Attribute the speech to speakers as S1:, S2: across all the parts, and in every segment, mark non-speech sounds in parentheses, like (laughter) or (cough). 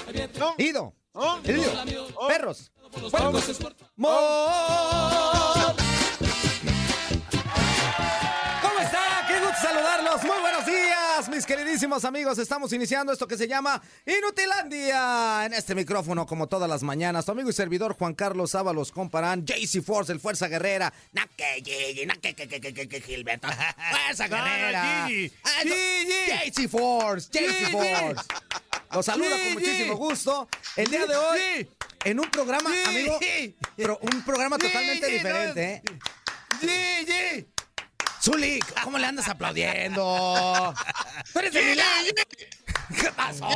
S1: Ido. Ido. Perros. Puercos. Mon. ¿Cómo está? Qué gusto saludarlos. Muy buenos días, mis queridísimos amigos. Estamos iniciando esto que se llama Inutilandia. En este micrófono, como todas las mañanas, tu amigo y servidor Juan Carlos Ábalos Comparán, JC Force, el Fuerza Guerrera. Na que Gigi, na que, que, que, que, que, que Gilberto.
S2: (laughs)
S1: Fuerza
S2: No, no,
S1: Guerrera.
S2: Gigi.
S1: Ah, eso-
S2: Gigi.
S1: JC Force, JC
S2: Gigi.
S1: Force. Los saluda con
S2: Gigi.
S1: muchísimo gusto. El día de hoy,
S2: Gigi.
S1: en un programa,
S2: Gigi.
S1: amigo, pero un programa totalmente
S2: Gigi, no
S1: diferente, ¿eh?
S2: Gigi.
S1: Zuli, ¿cómo le andas aplaudiendo? ¡Tú eres de Milán! ¿Qué pasó?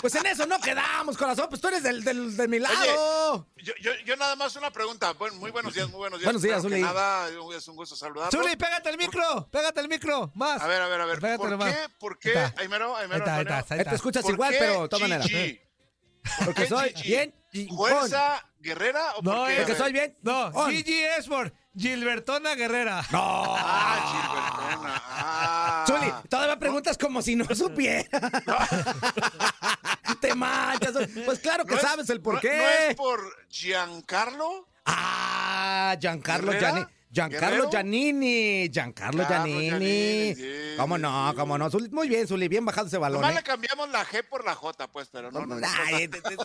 S1: Pues en eso no quedamos, corazón. Pues tú eres del, del, de mi lado.
S3: Yo, yo, yo nada más una pregunta. Bueno, muy buenos días, muy buenos días.
S1: Buenos días,
S3: Primero que
S1: Zuli.
S3: Nada, es un gusto saludarlos.
S2: Zuli, pégate el micro. Pégate el micro. Más.
S3: A ver, a ver, a ver.
S2: Pégate
S3: ¿Por
S2: nomás.
S3: qué? ¿Por qué?
S2: Ahí está.
S3: Aymero,
S2: Ahí
S3: Aymero.
S2: está, ahí
S3: Antonio,
S2: está, ahí
S1: Eh,
S2: está.
S1: Te escuchas
S3: ¿por
S1: igual,
S3: qué
S1: pero de todas maneras.
S3: Gigi? ¿Por
S1: Porque
S3: qué
S1: soy
S3: Gigi?
S1: bien chingón.
S3: ¿Fuerza guerrera o
S2: No,
S3: por qué?
S2: es
S1: Porque
S3: A ver.
S1: soy bien.
S2: No,
S1: on.
S2: Gigi es por Gilbertona Guerrera. No.
S3: Ah, Gilbertona. Ah.
S1: Zuli, todavía preguntas como si no
S3: (laughs)
S1: supiera. Te manchas. Pues claro que
S3: ¿No es-
S1: sabes el por
S3: no- ¿No es
S1: qué.
S3: por Giancarlo?
S1: Ah, Giancarlo
S3: ¿Herrera?
S1: Giannini. Giancarlo
S3: ¿Guerrero?
S1: Giannini, Giancarlo
S3: Carlo
S1: Giannini.
S3: Giannini, sí,
S1: ¿Cómo no?
S3: sí. Pues
S1: ¿Cómo no? Zuli, Muy bien, Zuli, bien bajado ese balón.
S3: Nomás
S1: ¿eh?
S3: le cambiamos la G por la J, pues, pero no. no, no,
S1: Ay, este, te- te-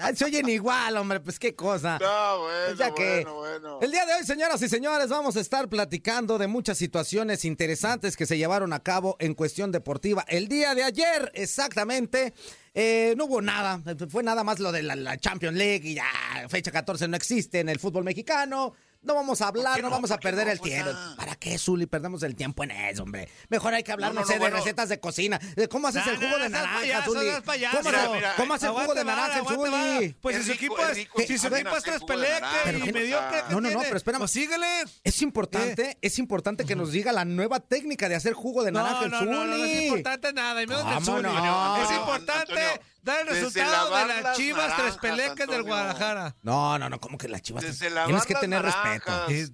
S1: Ay, se oyen igual, hombre, pues qué cosa.
S3: (laughs) No, bueno,
S1: ya que
S3: bueno, bueno.
S1: el día de hoy, señoras y señores, vamos a estar platicando de muchas situaciones interesantes que se llevaron a cabo en cuestión deportiva. El día de ayer, exactamente, eh, no hubo nada. Fue nada más lo de la, la Champions League y ya, fecha 14 no existe en el fútbol mexicano. No vamos a hablar, no, vamos a perder
S3: no?
S1: el
S3: Pues
S1: tiempo.
S3: ya.
S1: ¿Para qué, Zuli? Perdemos el tiempo en eso, hombre. Mejor hay que hablar, no,
S3: No, no,
S1: sé,
S3: no,
S1: de
S3: bueno.
S1: recetas de cocina, de cómo haces
S2: No,
S1: el
S2: no,
S1: jugo
S2: no
S1: de
S2: seas
S1: naranja,
S2: payaso,
S1: Zuli.
S2: seas payaso.
S1: ¿Cómo,
S3: Mira,
S1: hace-
S3: mira,
S1: cómo hace el jugo
S2: Aguante
S1: de
S2: vara,
S1: naranja, el
S2: aguante vara.
S1: Zuli?
S2: Pues
S3: Es
S2: si su
S3: rico,
S2: equipo
S3: es
S2: es,
S3: rico
S2: si su
S3: también
S2: equipo es
S3: hacer
S2: tres
S3: jugo de naranja,
S2: peleques y
S1: pero-
S2: mediocre, ¿qué
S1: No, no, no,
S2: tiene?
S1: pero espérame.
S2: Pues síguele.
S1: Es importante, es importante que nos diga la nueva técnica de hacer jugo de
S2: No,
S1: naranja el
S2: no, no, no, no es
S1: Zuli.
S2: importante nada, y menos del
S1: ¿Cómo
S2: Zuli.
S1: no?
S2: es
S1: Antonio,
S2: importante
S3: Antonio,
S2: dar el
S3: desde
S2: resultado de
S3: lavar
S2: las
S3: las
S2: chivas tres
S3: naranjas,
S2: peleques del
S3: Antonio.
S2: Guadalajara.
S1: No, no, no, como que las chivas.
S3: Desde lavar
S1: Tienes que
S3: las
S1: tener
S3: naranjas.
S1: respeto. Fíjate,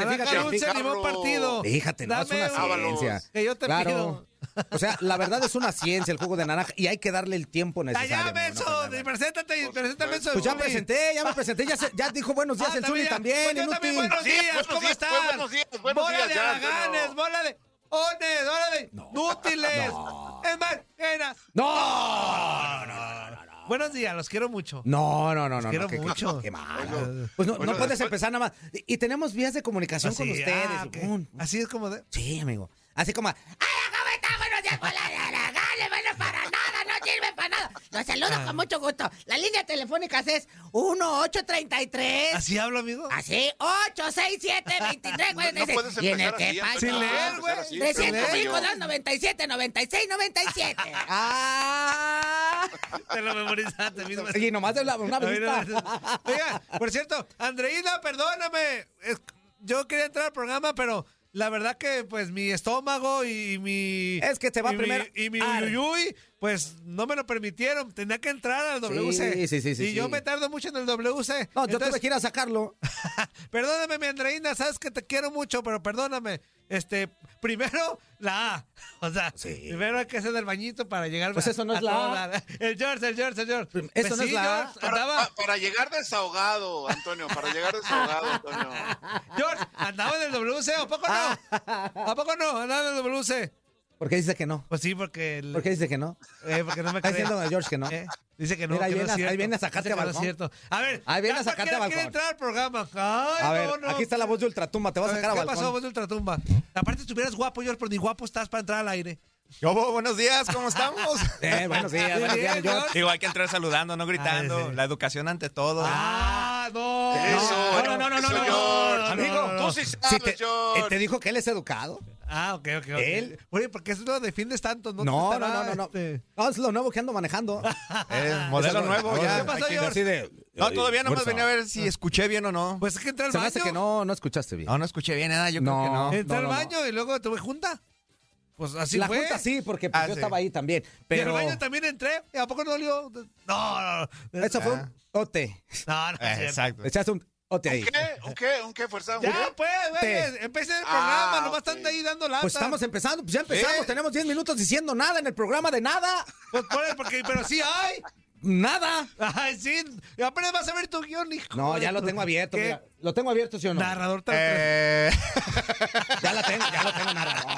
S2: Naranja
S1: fíjate,
S2: dulce
S1: fíjate.
S2: animó
S3: Carlos.
S2: partido.
S1: Fíjate, no es
S2: Dame
S1: una
S2: un-
S1: ciencia.
S2: que yo te
S1: claro.
S2: pido.
S1: O sea, la verdad es una ciencia el jugo de naranja y hay que darle el tiempo necesario.
S2: ¡Ya,
S1: amigo, no
S2: Menso!
S1: pasa nada.
S2: ¡Preséntate!
S3: Por
S2: ¡Preséntame
S3: supuesto.
S2: eso!
S1: Pues ya presenté, ya me presenté, ya, se- ya dijo buenos días el Zuli también.
S2: Pues yo Ah, también,
S1: inútil.
S2: buenos días,
S3: buenos
S2: ¿cómo
S3: días,
S2: están?
S3: pues, buenos días, buenos
S2: bola
S3: días,
S2: de
S3: ya, ya
S2: haraganes,
S3: no.
S2: bola de ones, bola de inútiles. Es más, era-
S1: No, no, no,
S2: Buenos días, los quiero mucho.
S1: no, no, no, no.
S2: quiero
S1: qué- qué-
S2: mucho.
S1: qué mal.
S3: Bueno,
S1: pues no, no
S3: bueno,
S1: puedes
S3: después-
S1: empezar nada más. Y, y tenemos vías de comunicación con
S2: Así,
S1: ustedes.
S2: ah, ok.
S1: Un-
S2: Así es como de...
S1: Sí, amigo. Así como, ¡Hola, cómo está! Buenos días, hola, hola, hola, bueno, para nada, no sirve para nada. Los saludo
S2: Ah.
S1: con mucho gusto. La línea telefónica es 1833.
S2: ¿Así hablo, amigo?
S1: Así, 867
S3: No puedes
S1: 2346
S3: empezar así. Antonio,
S2: Sin
S3: no puedes
S2: leer,
S3: empezar
S2: güey.
S3: así,
S1: 305
S3: Antonio.
S1: 297 96 97.
S3: (laughs)
S1: Ah.
S2: Te lo memorizaste
S1: (laughs)
S2: mismo.
S1: Y nomás de la, una vista.
S2: Oiga, por cierto, Andreina, perdóname. Es- yo quería entrar al programa, pero la verdad que pues mi estómago y mi...
S1: Es que te va
S2: y mi-
S1: primero. Ah.
S2: y mi
S1: Ar.
S2: uyuyuy, pues no me lo permitieron. Tenía que entrar al WC.
S1: sí, sí, sí,
S2: Y yo
S1: sí.
S2: me tardo mucho en el WC.
S1: No, yo
S2: Entonces,
S1: tuve que ir a sacarlo.
S2: Perdóname, mi Andreina, sabes que te quiero mucho, pero perdóname. Este, primero la A. (laughs) O sea, primero hay que hacer el bañito para llegar
S1: Pues
S2: a-
S1: eso no
S2: a
S1: es la
S2: todo
S1: A.
S2: El George, el George, el George.
S1: Eso
S2: Pues
S1: no es
S2: sí,
S1: la A.
S2: George,
S3: Para,
S2: andaba,
S3: pa- Ah, para llegar desahogado, Antonio, para llegar desahogado, Antonio.
S1: ah.
S2: George, andaba en el WC, ¿a poco
S1: (laughs)
S2: no? ¿A poco no? Andaba en el WC.
S1: ¿Por qué dice que no?
S2: Pues sí, porque. el-
S1: ¿Por qué dice que no?
S2: eh, porque no me
S1: (laughs) Está
S2: cree.
S1: diciendo George que no.
S2: Eh, Dice que no.
S1: Mira, ahí
S2: que no
S1: viene
S2: es
S1: a-
S2: cierto.
S1: ahí viene a sacarte
S2: Dice que
S1: al
S2: no es
S1: balcón.
S2: cierto. A ver,
S1: Ahí viene a
S2: ya
S1: sacarte
S2: cualquiera
S1: al
S2: quiere entrar
S1: balcón.
S2: al programa. Ay,
S1: A ver,
S2: no, no.
S1: aquí está la voz de Ultratumba, te vas a sacar a
S2: ¿Qué
S1: balcón.
S2: pasó, voz de ultratumba? Aparte, estuvieras guapo, George, pero ni guapo estás para entrar al aire.
S4: Yo, buenos días, ¿cómo estamos?
S1: Eh, buenos días, buenos días,
S2: Bien,
S1: George.
S2: George.
S4: Digo, hay que entrar saludando, no gritando.
S2: Ah, sí.
S4: La educación ante todo.
S2: Ah, no.
S3: Eso,
S2: no, no, no, no,
S3: eso,
S2: no,
S3: George.
S2: no,
S3: Amigo,
S2: no, no.
S3: tú sí
S1: Si
S3: sabes,
S1: te, eh,
S3: George.
S1: te dijo que él es educado.
S2: Ah, ok, ok, ok.
S1: Él.
S2: Oye, ¿por qué eso lo defiendes tanto? No,
S1: No, no,
S2: te
S1: no,
S2: estará,
S1: no, no.
S2: este,
S1: No, es lo nuevo que
S2: (laughs)
S1: ando manejando.
S4: Es modelo
S1: Esa-
S4: nuevo
S1: ¿Qué
S4: ya.
S2: pasó,
S4: Hay que-
S2: George?
S1: Así de-
S4: No, todavía no más
S1: Fuerza.
S4: venía a ver si escuché bien o no.
S2: Pues es que entra al
S1: Se me
S2: baño.
S1: hace que no, no escuchaste bien.
S4: No, no escuché bien nada, yo
S1: No.
S4: creo que no.
S2: Entra
S1: No,
S2: al
S1: no,
S2: baño y luego tuve junta. Pues así
S1: la
S2: fue.
S1: junta sí, porque pues,
S4: Ah,
S1: yo
S4: sí.
S1: estaba ahí también.
S2: Pero... Y al
S1: Pero
S2: baño también entré. ¿Y a poco no olió? No, no, no.
S1: eso fue un ote.
S2: No, no, es
S4: Eh,
S2: cierto.
S4: Exacto.
S1: Echaste un ote ahí.
S3: ¿Un qué? ¿Un qué? ¿Un qué? ¿Fuerza? ¿Un
S2: Ya,
S3: qué?
S2: pues, güey.
S1: Te-
S2: Empecé el programa.
S3: Ah,
S2: nomás
S3: ok.
S2: están ahí dando lata.
S1: Pues estamos empezando, pues ya empezamos.
S4: Sí.
S1: Tenemos 10 minutos diciendo nada en el programa de nada.
S2: Pues por- porque, pero sí hay.
S1: Nada.
S2: Ay, sí. Apenas vas a ver tu guión, hijo.
S1: No,
S2: de
S1: ya lo
S2: tu-
S1: tengo abierto.
S2: ¿Qué?
S1: mira. Lo tengo abierto, ¿sí o no?
S2: Narrador tan.
S4: Eh,
S1: Ya la tengo, ya lo tengo narrado.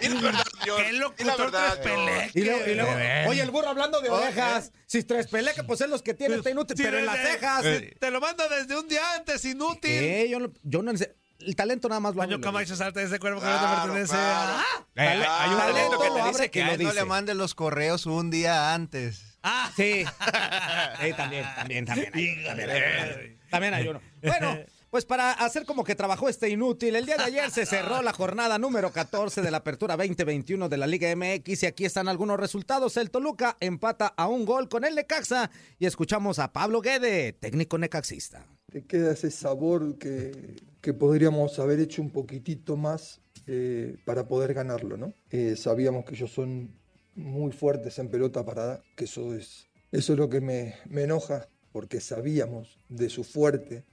S3: Di la verdad, George.
S2: Qué
S3: Di
S2: locutor
S3: la verdad,
S2: tres
S3: George.
S2: peleques.
S1: Y luego, y luego,
S4: De veras.
S1: oye, el burro hablando de orejas. Si tres que pues es los que tiene, está inútil,
S2: Sí,
S1: pero en las
S2: desde-
S1: cejas.
S2: sí, Te lo mando desde un día antes, inútil.
S1: Eh, yo, no- yo no sé. El talento nada más lo
S2: Coño,
S1: hago.
S2: Camacho, salta de ese cuerpo que no te
S3: Claro,
S2: pertenece.
S3: claro.
S2: Ah,
S4: eh, hay- hay un
S1: talento
S4: talento que
S1: lo
S4: te
S1: abre
S4: dice que
S1: quien lo
S4: a él no
S1: dice.
S4: le mandes los correos un día antes.
S2: ah,
S1: Sí. (laughs) Sí, también, también, también. hay uno, también, hay uno. También
S2: (laughs)
S1: hay uno. Bueno, pues para hacer como que trabajó este inútil, el día de ayer se cerró la jornada número 14 de la apertura 2021 de la Liga MX y aquí están algunos resultados. El Toluca empata a un gol con el Necaxa y escuchamos a Pablo Guede, técnico necaxista.
S5: te queda ese sabor que, que podríamos haber hecho un poquitito más eh, para poder ganarlo, ¿no? Eh, sabíamos que ellos son muy fuertes en pelota parada, que eso es, eso es lo que me, me enoja, porque sabíamos de su fuerte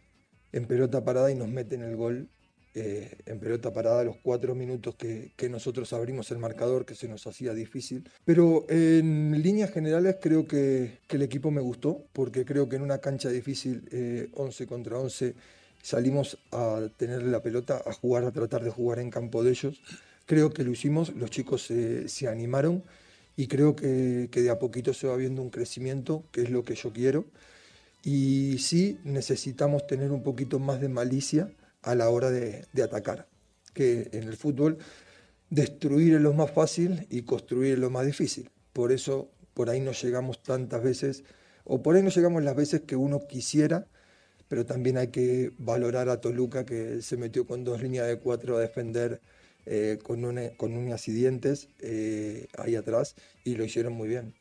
S5: en pelota parada y nos meten el gol eh, en pelota parada a los cuatro minutos que, que nosotros abrimos el marcador, que se nos hacía difícil. Pero en líneas generales creo que, que el equipo me gustó, porque creo que en una cancha difícil, eh, 11 contra 11, salimos a tener la pelota, a jugar, a tratar de jugar en campo de ellos. Creo que lo hicimos, los chicos se- se animaron y creo que, que de a poquito se va viendo un crecimiento, que es lo que yo quiero. Y sí, necesitamos tener un poquito más de malicia a la hora de, de atacar. Que en el fútbol destruir es lo más fácil y construir es lo más difícil. Por eso, por ahí no llegamos tantas veces, o por ahí no llegamos las veces que uno quisiera, pero también hay que valorar a Toluca que se metió con dos líneas de cuatro a defender eh, con, une- con uñas y dientes eh, ahí atrás y lo hicieron muy bien.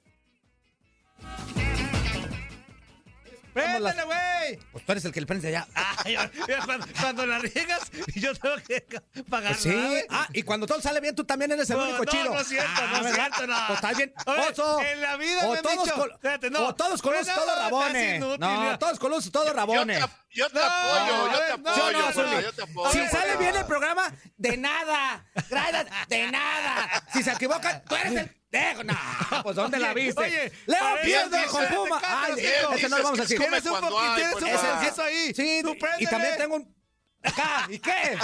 S2: préndele, güey. Ah,
S1: Pues tú eres el que le prende allá.
S2: Ay, mira, cuando, cuando la riegas, (laughs) yo tengo que pagar.
S1: Sí. Ah, y cuando todo sale bien, tú también eres el
S2: No,
S1: único
S2: no,
S1: chido.
S2: no es cierto,
S1: Ah,
S2: no es
S1: ¿verdad?
S2: cierto, no.
S1: O estás bien.
S2: A ver,
S1: oso.
S2: en la vida
S1: o
S2: me han
S1: todos
S2: dicho,
S1: col-
S2: espérate, no. Pues
S1: O todos con
S2: No,
S1: osos, todos
S2: no, estás
S1: rabones.
S2: inútil,
S1: No,
S2: mira.
S1: todos con osos, todos rabones.
S3: Yo te, Yo te apoyo, yo te apoyo,
S1: eh, no, no,
S3: Zuli,
S1: Zuli.
S3: yo te apoyo.
S1: Si sale bien el programa, de nada. Gracias, de nada. Si se equivoca, tú eres el. Dejo, no, pues ¿dónde la viste?
S2: oye,
S1: Leo
S2: parece
S1: pierde
S3: que
S1: con
S3: se-
S1: Puma. Ay,
S3: Bien,
S1: ese
S3: dices
S1: no lo vamos a
S3: que
S1: decir.
S3: come
S2: Tienes un
S3: cuando
S2: poquito,
S3: hay,
S2: tienes
S3: pues,
S2: un
S3: nada.
S1: Ese-
S2: eso ahí.
S1: Sí,
S2: Tú
S1: y
S2: préndele.
S1: también tengo un. Acá, ¿y qué?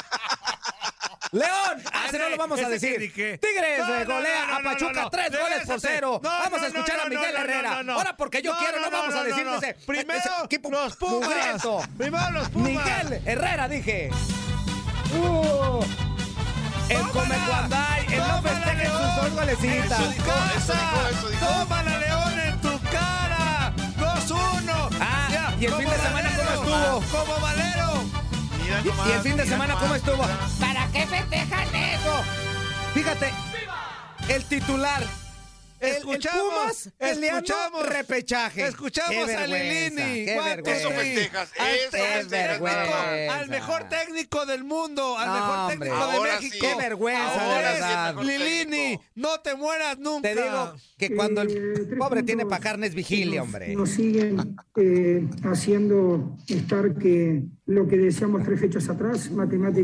S1: León, ah, ese no lo vamos a
S2: Ese que
S1: decir.
S2: ni qué.
S1: Tigres
S2: No,
S1: eh,
S2: no,
S1: golea
S2: no, no,
S1: a
S2: no,
S1: Pachuca
S2: no.
S1: tres
S2: De
S1: goles
S2: ese
S1: por
S2: te-
S1: cero.
S2: No, no,
S1: vamos a escuchar
S2: no,
S1: a
S2: no,
S1: Miguel
S2: no, no,
S1: Herrera.
S2: no, no.
S1: Ahora porque yo
S2: No,
S1: quiero,
S2: no,
S1: no,
S2: no,
S1: vamos
S2: no,
S1: a decir
S2: no.
S1: ese-
S2: Primero,
S1: ese equipo
S2: los Pumas.
S1: mugriento.
S2: Primero los Pumas.
S1: Miguel Herrera, dije. Uh, el come cuando hay, el no
S2: tómala,
S1: festeje
S2: León.
S1: sus dos golecitas.
S3: Eso dijo, eso dijo, eso dijo.
S2: ¡Tómala, León, en tu cara! ¡2-1!
S1: Ah, y el
S2: como
S1: fin de semana, ¿cómo
S2: Valero,
S1: estuvo?
S2: ¡Como Valero!
S3: Mira
S1: Y,
S3: nomás,
S1: y el fin de
S3: mira
S1: semana,
S3: nomás,
S1: ¿cómo estuvo?
S3: mira.
S1: ¿Para qué festejan eso? Fíjate, el titular. El, el
S2: Escuchamos,
S1: Pumas peleando
S2: escuchamos,
S1: repechaje.
S2: escuchamos
S1: Qué
S2: a
S1: vergüenza,
S2: Lilini,
S1: Qué
S2: ¿cuántos
S3: Eso
S2: Sí.
S1: vergüenza.
S3: festejas,
S2: Al-
S3: eso
S1: es
S3: festejas.
S1: vergüenza.
S2: al mejor técnico del mundo, al
S1: No,
S2: mejor
S1: hombre.
S2: técnico de
S3: Ahora sí.
S2: México.
S1: Qué vergüenza,
S3: Ahora
S1: de
S3: sí es
S1: verdad.
S3: mejor
S2: Lilini,
S3: técnico.
S2: no te mueras nunca.
S1: Te digo que cuando el pobre tiene para carnes, vigile, hombre.
S6: Eh, Nos siguen eh, haciendo estar que lo que deseamos tres fechas atrás,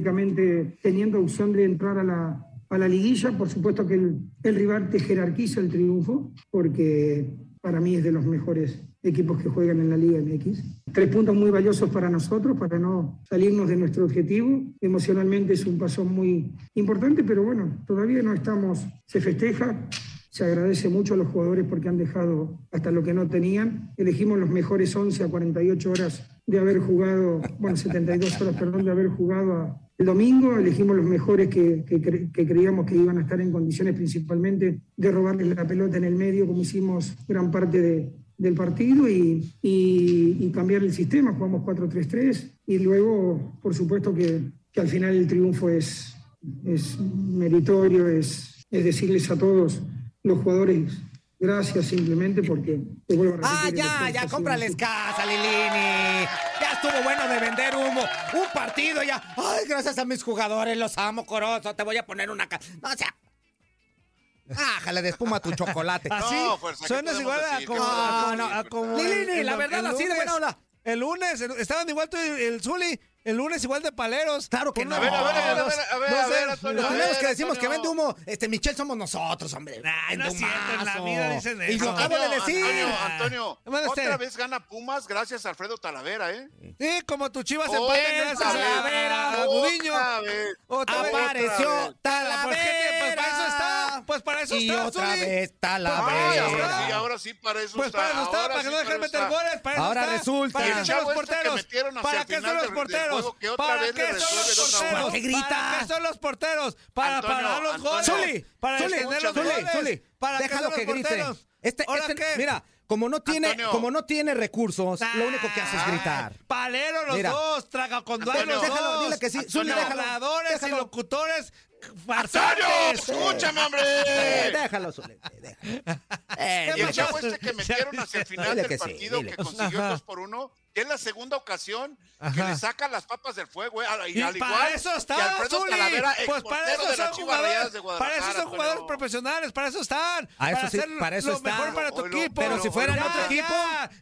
S6: matemáticamente teniendo opción de entrar a la, a la liguilla. Por supuesto que el, el rival te jerarquiza el triunfo, porque para mí es de los mejores equipos que juegan en la Liga MX. Tres puntos muy valiosos para nosotros, para no salirnos de nuestro objetivo. Emocionalmente es un paso muy importante, pero bueno, todavía no estamos, se festeja, se agradece mucho a los jugadores porque han dejado hasta lo que no tenían. Elegimos los mejores 11 a 48 horas de haber jugado, bueno, 72 horas, perdón, de haber jugado a- el domingo. Elegimos los mejores que, que cre- que creíamos que iban a estar en condiciones principalmente de robarle la pelota en el medio, como hicimos gran parte de- del partido, y, y- y cambiar el sistema. Jugamos 4-3-3 y luego, por supuesto, que, que al final el triunfo es, es meritorio, es, es decirles a todos los jugadores gracias simplemente porque te vuelvo a
S1: Ah,
S6: repetir,
S1: ya,
S6: después ha
S1: ya,
S6: sido
S1: cómprales
S6: un-
S1: casa, Lilini. Ya estuvo bueno de vender humo. Un partido ya. Ay, gracias a mis jugadores, los amo, Corozo. Te voy a poner una casa. No, o sea. Ájale de espuma tu chocolate.
S6: (laughs)
S2: Así
S3: No, fuerza, ¿qué
S2: suenas
S3: podemos
S2: igual a
S3: decir?
S2: como,
S3: ¿Qué podemos
S2: a como- a
S3: decir, verdad?
S2: como
S1: Lilini, la verdad, así de buena onda.
S2: El lunes, el- estaban igual tú y el Zuli, el lunes igual de paleros.
S1: Claro que
S2: Con
S1: no.
S2: una-
S3: ver, a ver, a ver,
S2: dos-
S3: a ver,
S2: dos
S3: a ver,
S2: ceros.
S3: Antonio,
S1: Los
S3: a ver.
S1: primeros que decimos que
S3: Antonio.
S1: vende humo, este Michel somos nosotros, hombre.
S2: Ay, no es
S1: Vende
S2: cierto, en la
S1: humazo.
S2: vida dicen
S1: Y
S2: eso.
S1: lo acabo de decir.
S3: Antonio, Antonio,
S2: Bueno,
S3: otra
S2: usted.
S3: vez gana Pumas gracias a Alfredo Talavera, ¿eh?
S2: Sí, como tu chivas
S3: Otra
S2: empate gracias
S3: vez,
S2: a Vera, a Gudiño.
S3: otra vez.
S2: Otra vez.
S1: Apareció Talavera.
S2: ¿Por qué? Pues para eso está, pues para eso
S1: Y
S2: está,
S1: otra
S2: Zuli.
S1: vez
S3: Ay,
S1: Talavera.
S3: ahora sí, ahora sí para eso
S2: Pues
S3: está.
S2: para eso está,
S3: ahora
S2: para
S3: sí
S2: que no dejen
S3: eso
S2: meter
S3: está.
S2: goles. Para eso
S1: Ahora
S2: está,
S1: resulta.
S2: Para
S1: Y
S2: que son
S1: el
S3: chavo
S2: los
S3: este que
S2: porteros.
S3: metieron hacia
S2: Para
S3: el
S2: que son
S3: final
S2: los
S3: del- del
S2: porteros.
S3: juego, que otra
S2: Para
S3: vez le
S2: que son
S3: resuelven
S2: los
S3: otra
S2: porteros.
S1: vez. ¿Qué grita?
S2: Para que son los porteros. Para
S3: Antonio,
S2: parar los
S3: Antonio.
S2: goles.
S1: Zuli,
S2: Para
S1: Zuli,
S2: detener los
S1: Zuli,
S2: goles.
S1: Zuli,
S2: Para
S1: déjalo
S2: que,
S1: que
S2: son los
S1: grite.
S2: porteros.
S1: Este,
S2: ¿Ahora
S1: este-
S2: qué?
S1: mira, como no tiene,
S3: Antonio.
S1: como no tiene recursos, lo único que hace es
S2: Ah,
S1: gritar.
S2: Palero los
S1: Mira.
S2: dos, traga con
S3: Antonio.
S2: los
S1: Déjalo,
S2: dos.
S1: dile que sí.
S2: Son
S1: Zuli, déjalo,
S2: habladores y
S1: déjalo.
S2: locutores.
S3: ¡Antonio!
S2: farsantes.
S3: ¡Escúchame,
S1: Eh,
S2: (laughs)
S3: hombre!
S1: déjalo, Zuli, eh, déjalo. Eh,
S3: Y el
S1: déjalo.
S3: chavo este que metieron hacia el final
S1: Dile
S3: del
S1: que sí,
S3: partido
S1: dile.
S3: que consiguió
S2: Ajá.
S3: el 2 por 1 es la segunda ocasión que
S2: Ajá.
S3: le saca las papas del fuego. eh, al,
S2: Y
S3: al
S2: para
S3: igual
S2: eso
S3: que
S2: está
S3: Alfredo
S2: Zuli.
S3: Talavera, ex
S2: Pues para
S3: portero
S2: eso
S3: de las
S2: son
S3: Chivas Rayadas
S2: jugadores,
S3: de
S2: para eso
S3: Guadalajara,
S2: son jugadores
S3: Antonio.
S2: profesionales, para eso están.
S1: Ah, eso
S2: para
S1: sí,
S2: hacer
S1: para eso
S2: lo
S1: están.
S2: mejor para tu
S3: Oílo,
S2: equipo.
S3: Pero si fueran
S2: Ya,
S1: otro
S2: ya,
S1: equipo.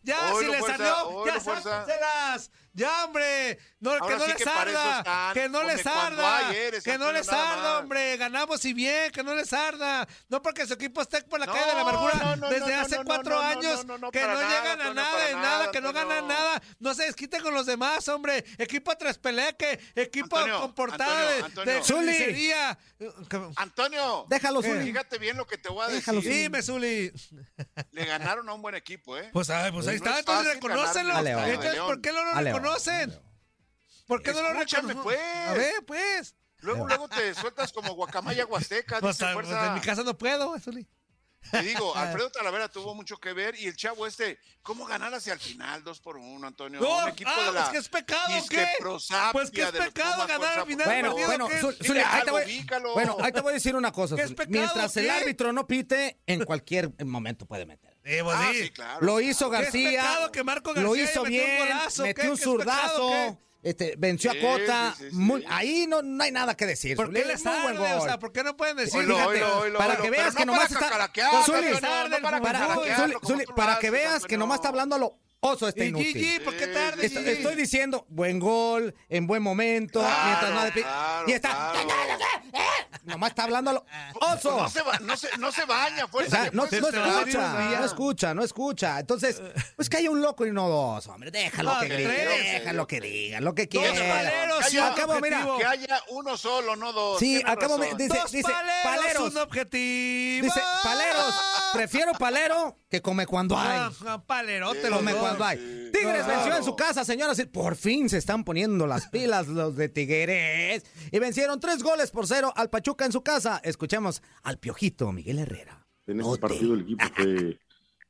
S2: ya, si
S3: Oílo,
S2: les
S3: fuerza,
S2: salió, ya
S3: oílo, fuerza.
S2: sáquenselas. Ya, hombre, no, que
S3: Ahora
S2: no
S3: sí
S2: les
S3: que para eso
S2: arda,
S3: están.
S2: que no
S3: Come
S2: les
S3: cuando
S2: arda,
S3: hay, eres,
S2: que no
S3: Antonio,
S2: les
S3: nada
S2: arda,
S3: más.
S2: hombre, ganamos y bien, que no les arda, no porque su equipo esté por la
S3: No,
S2: calle de la amargura
S3: no, no,
S2: desde
S3: no, no,
S2: hace
S3: no,
S2: cuatro
S3: no, no,
S2: años,
S3: no, no, no,
S2: que
S3: para
S2: no
S3: nada,
S2: llegan a
S3: Antonio,
S2: nada
S3: para
S2: de
S3: nada,
S2: nada, que no
S3: Antonio.
S2: ganan nada, (laughs) no se desquiten con los demás, hombre, equipo tras peleque, equipo
S3: Antonio,
S2: comportado
S3: Antonio,
S2: de- de
S3: Antonio.
S1: Zuli.
S2: carnicería.
S3: Antonio,
S1: Déjalo, Zuli.
S3: fíjate bien lo que te voy a
S1: Déjalo,
S3: decir.
S2: Dime, Zuli.
S3: Le ganaron a un buen equipo, ¿eh?
S2: Pues, ay, pues ahí
S3: No
S2: está,
S3: es
S2: entonces
S3: fácil
S2: reconócelo.
S3: ganarle
S1: a León.
S2: Entonces, ¿por qué no lo
S1: A León.
S2: reconocen? ¿Por qué no lo
S3: Escúchame,
S2: reconocen?
S3: pues.
S2: A ver, pues.
S3: Luego, luego te sueltas como
S2: (laughs)
S3: guacamaya huasteca.
S2: Pues,
S3: dice
S2: ah, pues, en
S3: fuerza.
S2: mi casa Ah. no puedo, Zuli.
S3: Te digo, Alfredo Talavera tuvo mucho que ver y el chavo este, ¿cómo ganar hacia el final? Dos por uno, Antonio.
S2: No,
S3: un equipo
S2: ah,
S3: de la
S2: pues que es pecado,
S3: disque
S2: ¿qué?
S3: prosapia
S2: Pues que es
S3: de los
S2: pecado
S3: Pumas,
S2: ganar al
S3: fuerza, Ah,
S2: final
S3: por
S2: del partido,
S3: favor.
S1: Bueno, bueno,
S2: ¿qué?
S1: Zul-
S3: Dile
S1: Zuli, ahí te
S3: algo,
S1: voy,
S3: ubícalo.
S1: bueno, ahí te voy a decir una cosa.
S2: ¿Qué es
S1: Zuli.
S2: pecado,
S1: Mientras el
S2: qué?
S1: árbitro no pite, en cualquier momento puede meter.
S2: Eh, pues,
S3: Ah,
S2: sí.
S3: sí, claro.
S1: Lo hizo
S2: ¿Qué es
S1: García.
S2: pecado que Marco
S1: lo
S2: García metió
S1: hizo
S2: un
S1: bien.
S2: golazo? ¿Qué-
S1: metió un
S2: qué es pecado,
S1: zurdazo. Este, venció
S3: Sí,
S1: a Cota.
S3: sí, sí, sí.
S1: muy- ahí no, no hay nada que decir.
S2: ¿Por
S1: Zuli,
S2: qué les
S1: muy buen
S2: arde? O
S1: gol.
S2: sea, ¿por qué no pueden decir?
S3: Oílo,
S2: fíjate,
S3: oílo, oílo,
S1: para
S3: oílo,
S1: que
S3: pero
S1: veas
S3: no
S1: que nomás
S3: para
S1: está
S3: cacaraquear,
S1: Zuli,
S3: Antonio, no para
S1: para que
S3: cacaraquearlo
S1: Zuli,
S3: como
S1: Zuli,
S3: tú lo
S1: para
S3: haces,
S1: que veas que
S3: Antonio.
S1: nomás está hablando a lo Oso está
S2: Y
S1: inútil.
S2: Gigi, ¿por qué tarde,
S1: Est-
S2: Gigi?
S1: Estoy diciendo, buen gol, en buen momento, mientras no depi- Y está. Nomás está hablando lo- Oso.
S3: Pues No se, ba- no se- no se baña,
S1: O sea,
S3: fuerza. este
S1: no, no escucha,
S3: no
S1: no escucha, no escucha. Entonces, pues que haya un loco y no dos, hombre. Déjalo
S3: No,
S1: que
S3: que
S1: grite,
S3: tres.
S1: déjalo que diga, lo que
S3: Dos
S1: quiera.
S3: paleros y un
S1: Acabo, mira.
S3: objetivo. Que haya uno solo, no dos.
S1: Sí,
S3: Tienes
S1: acabo, me-
S3: razón.
S1: dice, dice, paleros.
S2: un objetivo.
S1: Dice, paleros, prefiero palero que come cuando hay.
S2: Ah, ah, palerote los
S1: Come
S2: dos.
S1: cuando hay. Tigres venció en su casa, señoras. y- Por fin se están poniendo las pilas los de Tigres. Y vencieron tres goles por cero al Pachuca en su casa. Escuchemos al Piojito Miguel Herrera.
S7: En ese partido el equipo fue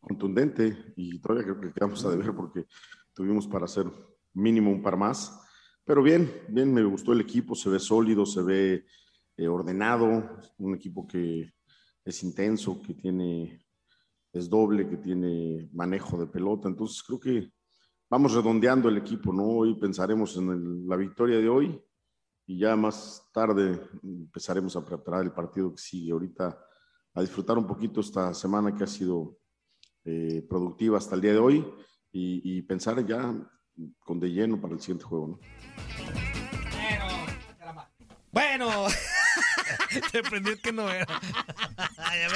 S7: contundente y todavía creo que quedamos a deber porque tuvimos para hacer mínimo un par más. Pero bien, bien, me gustó el equipo, se ve sólido, se ve eh, ordenado, un equipo que es intenso, que tiene, es doble, que tiene manejo de pelota. Entonces creo que vamos redondeando el equipo, ¿no? Hoy pensaremos en el- la victoria de hoy y ya más tarde empezaremos a preparar el partido que sigue. Ahorita a disfrutar un poquito esta semana que ha sido eh, productiva hasta el día de hoy y, y pensar ya con de lleno para el siguiente juego. ¿no?
S1: Bueno.
S2: Te prendió que no era.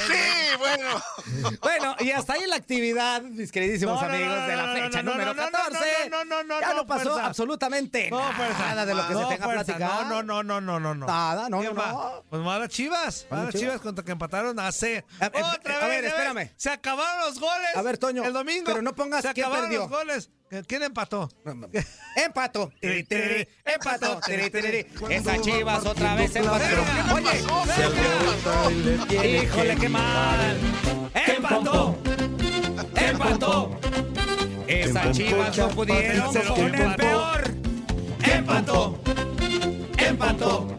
S3: Sí, bueno.
S1: Bueno, y hasta ahí la actividad, mis queridísimos
S2: No, no,
S1: amigos,
S2: no, no,
S1: de la
S2: no, no,
S1: fecha
S2: no,
S1: número
S2: no, no,
S1: 14.
S2: no, no, no,
S1: ya
S2: no,
S1: no pasó
S2: fuerza.
S1: absolutamente
S2: No, fuerza.
S1: nada de lo que
S2: No,
S1: se tenga
S2: fuerza.
S1: platicado.
S2: No, no, no, no, no, no.
S1: Nada, no,
S2: ¿Quién
S1: no,
S2: va?
S1: no.
S2: Pues van las chivas. Van las chivas contra que empataron hace.
S1: eh,
S2: Otra
S1: a
S2: vez.
S1: ver,
S2: ya ves,
S1: espérame.
S2: Se acabaron los goles.
S1: A ver, Toño,
S2: El domingo.
S1: pero no pongas
S2: Se
S1: quién
S2: acabaron
S1: perdió.
S2: los goles. ¿Quién empató?
S1: Empato. Tiri, tiri, Empato. tiri, tiri, tiri. Esas chivas otra vez empató. Oye, híjole, qué mal. Empató. Empató. Esas chivas no pudieron
S2: Se lo
S1: con el
S2: empató.
S1: peor. Empató. Empató.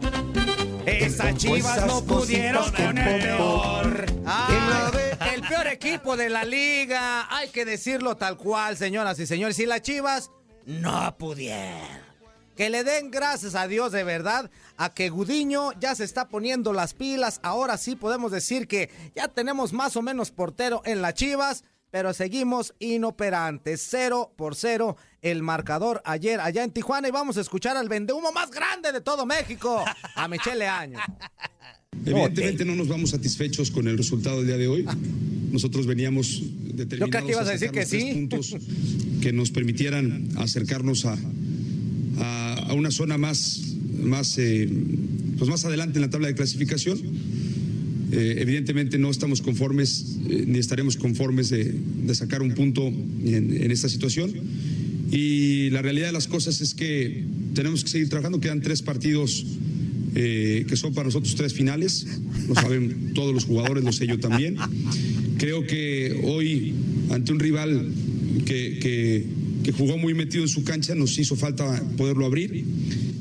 S1: Esas chivas no pudieron con el peor. Ay, ah, el peor equipo de la liga. Hay que decirlo tal cual, señoras y señores. Y las chivas no pudieron. Que le den gracias a Dios de verdad a que Gudiño ya se está poniendo las pilas. Ahora sí podemos decir que ya tenemos más o menos portero en las Chivas, pero seguimos inoperantes. Cero por cero el marcador ayer allá en Tijuana y vamos a escuchar al vendehumo más grande de todo México, a Michele Año.
S8: Evidentemente no nos vamos satisfechos con el resultado del día de hoy. Nosotros veníamos determinados
S1: Yo creo que ibas a decir
S8: sacar
S1: que
S8: los tres
S1: sí.
S8: puntos que nos permitieran acercarnos a, a- a una zona más, más, eh, pues más adelante en la tabla de clasificación. Eh, evidentemente no estamos conformes eh, ni estaremos conformes de, de sacar un punto en- en esta situación. Y la realidad de las cosas es que tenemos que seguir trabajando. Quedan tres partidos eh, que son para nosotros tres finales. Lo saben todos los jugadores, lo sé yo también. Creo que hoy, ante un rival que, que- que jugó muy metido en su cancha, nos hizo falta poderlo abrir.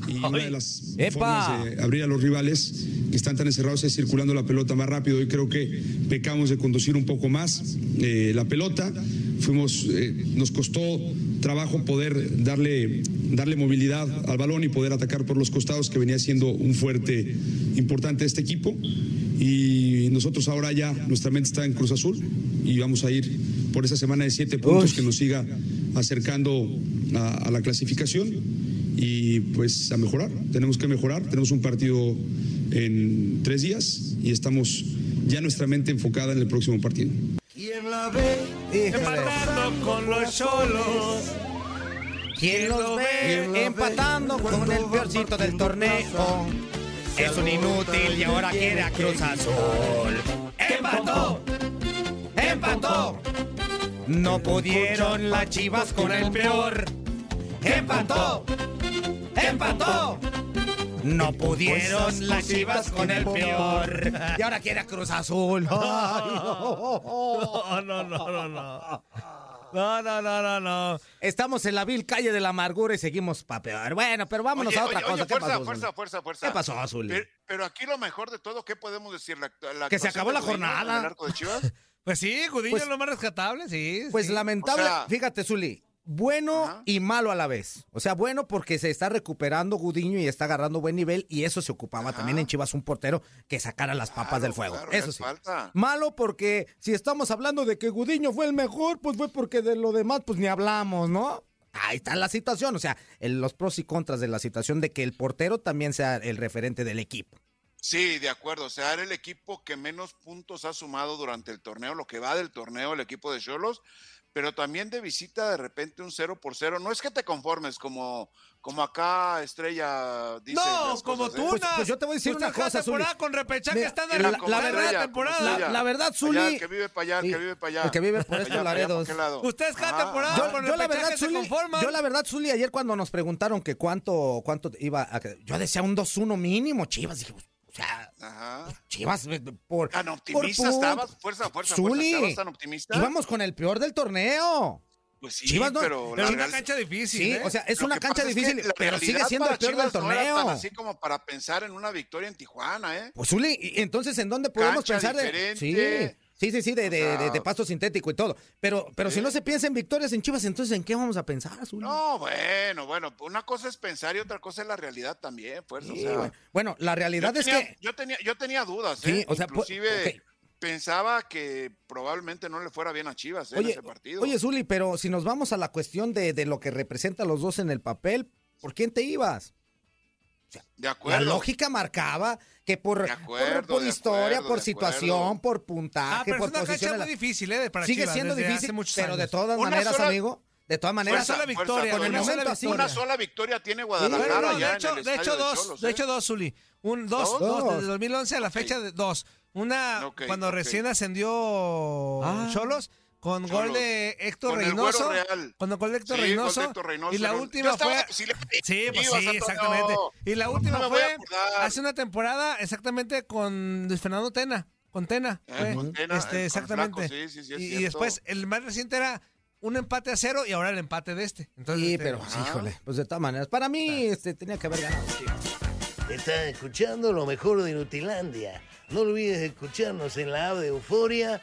S8: Y una de las formas de abrir a los rivales que están tan encerrados es circulando la pelota más rápido. Y creo que pecamos de conducir un poco más eh, la pelota. Fuimos, eh, nos costó trabajo poder darle, darle movilidad al balón y poder atacar por los costados, que venía siendo un fuerte importante de este equipo. Y nosotros ahora ya, nuestra mente está en Cruz Azul y vamos a ir por esa semana de siete puntos que nos siga acercando a- a la clasificación y pues a mejorar. Tenemos que mejorar. Tenemos un partido en tres días y estamos ya nuestra mente enfocada en el próximo partido.
S2: ¿Quién la ve? Empatando con los cholos.
S1: ¿Quién los ve empatando con el peorcito del torneo? Es un inútil y ahora quiere a Cruz Azul. ¡Empató! ¡Empató! No pudieron las chivas con el peor. ¡Empató! ¡Empató!
S2: Pues
S1: No pudieron las chivas con el peor. Y ahora quiere a
S2: (laughs)
S1: Cruz Azul. Ay,
S2: No, no, no, no, no. No, no, no, no, no.
S1: Estamos en la vil calle de la amargura y seguimos pa' peor. Bueno, pero vámonos
S3: Oye,
S1: a otra
S3: oye,
S1: cosa.
S3: oye,
S1: ¿Qué
S3: fuerza,
S1: pasó,
S3: fuerza,
S1: Zuli?
S3: fuerza, fuerza.
S1: ¿Qué pasó, Zuli?
S3: Pero, pero aquí lo mejor de todo, ¿qué podemos decir? La- la
S1: Que se
S3: actuación
S1: acabó
S3: de
S1: la
S3: Gudiño en
S1: jornada. (laughs)
S3: el arco de Chivas.
S2: Pues sí, Gudiño
S1: Pues-
S2: es lo más rescatable, sí.
S1: Pues
S2: sí.
S1: lamentable,
S3: O sea-
S1: fíjate, Zuli, bueno y malo a la vez. O sea, bueno porque se está recuperando Gudiño y está agarrando buen nivel y eso se ocupaba también en Chivas un portero que sacara las papas del fuego.
S3: claro,
S1: eso
S3: ¿qué
S1: sí.
S3: falta?
S1: Malo porque si estamos hablando de que Gudiño fue el mejor, pues fue porque de lo demás pues ni hablamos, ¿no? Ahí está la situación, o sea, el- los pros y contras de la situación de que el portero también sea el referente del equipo.
S3: Sí, de acuerdo. O sea, era el equipo que menos puntos ha sumado durante el torneo, lo que va del torneo, el equipo de Cholos, pero también de visita de repente un 0 por 0. No es que te conformes como, como acá Estrella dice.
S2: No,
S3: las
S2: como
S3: cosas,
S2: tú,
S3: ¿eh?
S2: Nas. Tú
S1: una
S2: arrancas
S1: cosa, Zuli.
S2: temporada con repechaje
S1: Mira,
S2: estándar.
S1: la-
S2: La,
S1: la verdad,
S2: verdad, temporada.
S1: la- la verdad, Zuli-
S3: Allá, el que vive para allá, el que
S1: Sí,
S3: vive para allá.
S1: el que vive por estos
S3: Allá, para allá,
S1: laredos.
S3: ¿por qué lado?
S2: Ustedes cada
S3: Ajá,
S2: temporada
S3: ajá.
S2: con
S1: yo la verdad,
S2: repechaje se
S1: Zuli,
S2: conforman.
S1: yo la verdad, Zuli, ayer cuando nos preguntaron que cuánto, cuánto iba a... Yo decía un 2-1 mínimo, Chivas. Dije, pues, o sea,
S3: Ajá.
S1: Chivas eh, por...
S3: Tan Ah, optimista
S1: por punto.
S3: estabas, fuerza, fuerza, fuerza.
S1: Zuli,
S3: ¿Estabas tan optimista?
S1: íbamos con el peor del torneo.
S3: Pues sí,
S1: Chivas no-
S3: pero,
S1: pero
S3: la
S1: es una
S3: real-
S2: cancha difícil,
S1: Sí, ¿eh? o sea, es
S3: Lo
S1: una
S3: que
S1: cancha
S3: pasa es que
S1: difícil,
S3: la
S1: pero sigue
S3: realidad
S1: siendo el
S3: para
S1: peor del
S3: Chivas no era tan
S1: torneo.
S3: así como para pensar en una victoria en Tijuana, ¿eh?
S1: Pues Zuli, ¿y entonces ¿en dónde podemos
S3: Cancha
S1: pensar de... Sí,
S3: diferente.
S1: sí, sí, sí, de, de-
S3: sea- ¿eh?
S1: de- de pasto sintético y todo. Pero, pero si no se piensa en victorias en Chivas, entonces ¿en qué vamos a pensar, Zuli?
S3: No, bueno, bueno, una cosa es pensar y otra cosa es la realidad también, fuerza.
S1: Sí,
S3: pues, o sea,
S1: bueno. Bueno, la realidad
S3: yo
S1: es
S3: tenía,
S1: que...
S3: yo tenía, yo tenía dudas,
S1: Sí,
S3: ¿eh?
S1: o sea, pu-
S3: inclusive
S1: ok.
S3: pensaba que probablemente no le fuera bien a Chivas ¿eh? en ese partido.
S1: Oye, Zuli, pero si nos vamos a la cuestión de, de lo que representa a los dos en el papel, ¿por quién te ibas?
S3: de
S1: La
S3: acuerdo.
S1: lógica marcaba que por,
S3: acuerdo,
S1: por, por
S3: de
S1: historia,
S3: acuerdo,
S1: por
S3: de
S1: situación,
S3: acuerdo.
S1: por puntaje,
S2: Ah, pero
S1: por
S2: es una
S1: posición.
S2: cancha
S1: en la-
S2: muy difícil, ¿eh? Para
S1: Sigue
S2: Chivas,
S1: siendo
S2: desde
S1: difícil,
S2: hace muchos
S1: pero de
S2: años.
S1: todas
S2: Una
S1: maneras,
S2: sola-
S1: amigo, de todas maneras.
S2: Fuerza, sola victoria,
S1: con el
S3: una,
S1: momento
S3: sola,
S1: así.
S3: una sola victoria tiene Guadalajara
S2: Bueno,
S3: ya
S2: de
S3: en
S2: hecho,
S3: el
S2: de
S3: estadio
S2: hecho
S3: de
S2: dos,
S3: Cholos,
S2: de
S3: ¿eh?
S2: hecho dos, Zuli. Un dos,
S3: ¿Dos?
S2: dos,
S3: Dos.
S2: desde 2011 a la fecha de dos. Una
S3: Ok,
S2: cuando
S3: ok.
S2: recién ascendió
S9: Ah.
S2: Cholos con gol
S3: Cholos.
S2: de Héctor
S3: Con el
S2: Reynoso.
S3: güero Real.
S2: Con el gol de Héctor,
S3: Sí, gol de
S2: Reynoso,
S3: Héctor Reynoso.
S2: Y la
S3: Yo
S2: última
S3: estaba-
S2: fue
S3: sí, le-
S2: Sí, pues
S3: Chivas,
S2: sí,
S3: Antonio.
S2: exactamente. Y la
S3: No
S2: última
S3: me voy
S2: fue
S3: a acordar.
S2: hace una temporada exactamente con Luis Fernando Tena. Con Tena.
S3: Eh,
S2: fue,
S3: con Tena,
S2: este,
S3: eh, con
S2: exactamente.
S3: Flaco, sí, sí, sí, es
S2: y, y
S3: cierto.
S2: después, el más reciente era un empate a cero y ahora el empate de este. Entonces,
S1: Sí,
S2: este,
S1: pero
S2: ajá.
S1: híjole, pues de todas maneras. Para mí, este, tenía que haber ganado.
S10: Estás escuchando lo mejor de Nutilandia. No olvides escucharnos en la app de Euforia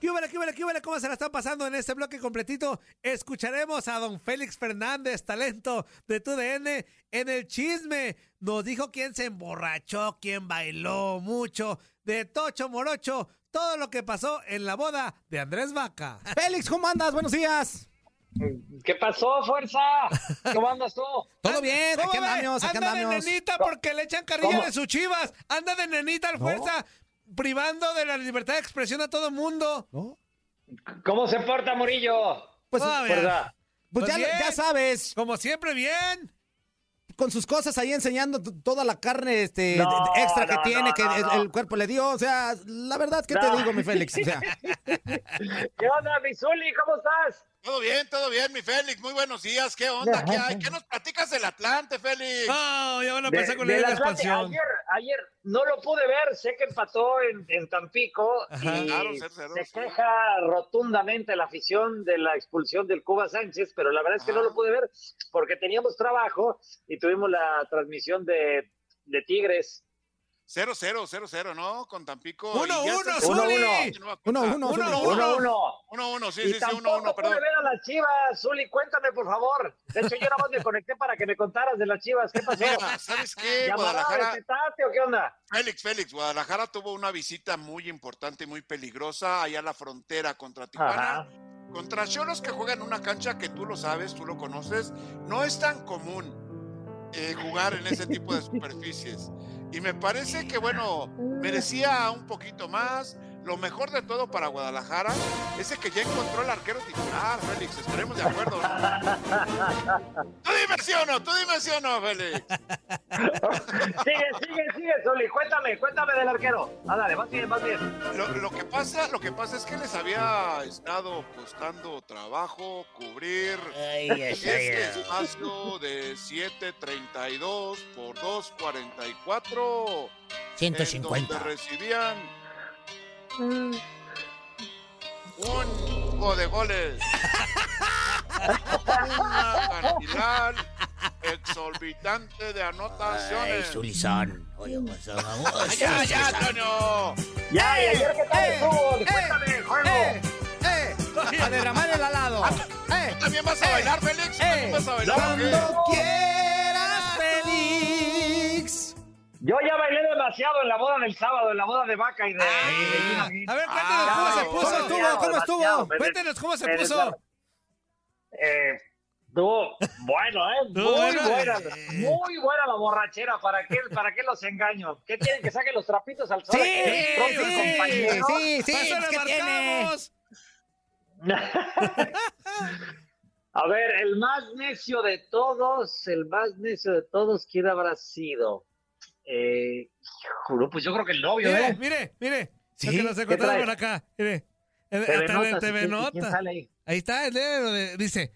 S2: ¿Qué huele, qué huele, qué huele? ¿Cómo se la están pasando en este bloque completito? Escucharemos a don Félix Fernández, talento de TUDN, en el chisme. Nos dijo quién se emborrachó, quién bailó mucho, de Tocho Morocho, todo lo que pasó en la boda de Andrés Vaca.
S1: Félix, ¿cómo andas? Buenos días.
S9: ¿Qué pasó, fuerza? ¿Cómo andas tú?
S1: Todo bien, aquí andamos, aquí
S2: Anda de
S1: andamos.
S2: nenita porque le echan carrilla
S9: ¿Cómo?
S2: de sus chivas. Anda de nenita al fuerza, privando de la libertad de expresión a todo mundo.
S9: ¿Cómo se porta, Murillo?
S1: Pues,
S9: Fuerza.
S1: Pues ya, ya sabes.
S2: Como siempre, bien.
S1: Con sus cosas ahí enseñando t- toda la carne este,
S9: No,
S1: de- de- extra que
S9: no,
S1: tiene,
S9: no,
S1: que
S9: no,
S1: el,
S9: no.
S1: el cuerpo le dio. O sea, la verdad, ¿qué
S9: No.
S1: te digo, mi Félix? O sea,
S9: ¿Qué onda, Bizuli? ¿Cómo estás?
S3: Ah, Todo bien, todo bien, mi Félix. Muy buenos días. ¿Qué onda? ¿Qué hay? ¿Qué nos platicas del Atlante, Félix?
S2: Ah, ya van a
S9: De-
S2: pasar con
S9: del
S2: la ley de
S9: Atlante,
S2: expansión.
S9: Ayer, ayer no lo pude ver, sé que empató en, en Tampico
S2: Ajá. Ah,
S9: y
S2: Claro,
S3: cero, cero,
S9: se
S3: sí.
S9: queja rotundamente la afición de la expulsión del Cuba Sánchez, pero la verdad es que no
S3: Ah.
S9: lo pude ver porque teníamos trabajo y tuvimos la transmisión de, de Tigres.
S3: 0-0, 0-0, ¿no? Con Tampico.
S9: Uno,
S3: y ya
S9: uno,
S3: está-
S9: Zuli.
S1: Uno, uno, Uno, Zuli.
S9: uno.
S3: 1-1, sí,
S9: y
S3: sí, sí,
S9: tampoco
S3: 1-1,
S9: pude
S3: perdón.
S9: ver a las Chivas, Zuli, cuéntame por favor. De hecho, yo nada más me conecté para que me contaras de las Chivas. ¿Qué pasó? este
S3: Mira, ¿sabes qué?
S9: ¿Llamada
S3: Guadalajara-
S9: de Petate o qué onda?
S3: Félix, Félix, Guadalajara tuvo una visita muy importante y muy peligrosa allá a la frontera contra Tijuana.
S9: Ajá.
S3: Contra Cholos que juegan en una cancha que tú lo sabes, tú lo conoces, no es tan común eh, jugar en ese tipo de superficies. Y me parece que, bueno, merecía un poquito más. Lo mejor de todo para Guadalajara es el que ya encontró el arquero titular, Félix. Estaremos de acuerdo. ¿no? tú dime sí o no, tú dime sí o no, Félix.
S9: Sigue, sigue, sigue, Soli. Cuéntame, cuéntame del arquero. Ándale, más bien, más bien.
S3: Lo, lo que pasa, lo que pasa es que les había estado costando trabajo cubrir
S10: Ay, ay, ay,
S3: este
S10: ay.
S3: espacio de 7.32 por 2.44. en
S11: 150.
S3: Donde recibían un juego de goles. Una cantidad exorbitante de
S11: Ay,
S3: anotaciones.
S11: Zulizón. Oye, pues, vamos.
S3: ya, ya, Antonio!
S11: Ya, y ayer
S3: qué tal estuvo?
S11: Cuéntame
S3: el juego.
S2: Eh,
S1: A derramar el alado.
S2: Ah,
S3: ¿Tú también vas a bailar,
S2: Eh,
S3: Félix? ¿Tú también vas a bailar? o qué?
S1: Cuando
S2: Ah,
S1: quieras, Félix.
S9: (laughs) Yo ya bailé demasiado en la boda del sábado, en la boda de Vaca y de...
S2: Ah, A ver, cuéntanos cómo se puso. Ah, ¿Cómo estuvo? ¿Cómo estuvo? Cuéntanos cómo se puso.
S9: Eh, estuvo bueno, ¿eh? Muy
S2: Bueno,
S9: buena, muy buena la borrachera. ¿Para qué, para qué los engaño? ¿Qué tienen que saquen los trapitos al sol?
S11: Sí,
S9: aquí del propio compañero?
S11: sí, sí, pues, ¿qué tiene?
S9: A ver, el más necio de todos, el más necio de todos, ¿quién habrá sido? Eh, hijo, no, pues yo creo que el novio,
S2: Mire,
S9: ¿eh?
S2: mire, mire.
S9: ¿Sí?
S2: Lo que nos
S9: ¿Qué
S2: encontraron
S9: trae?
S2: por acá. Mire. El-
S9: TV
S2: Hasta en
S9: Notas,
S2: TV
S9: ¿quién- quién
S2: Nota.
S9: sale ahí?
S2: Ahí está, el de- de- dice.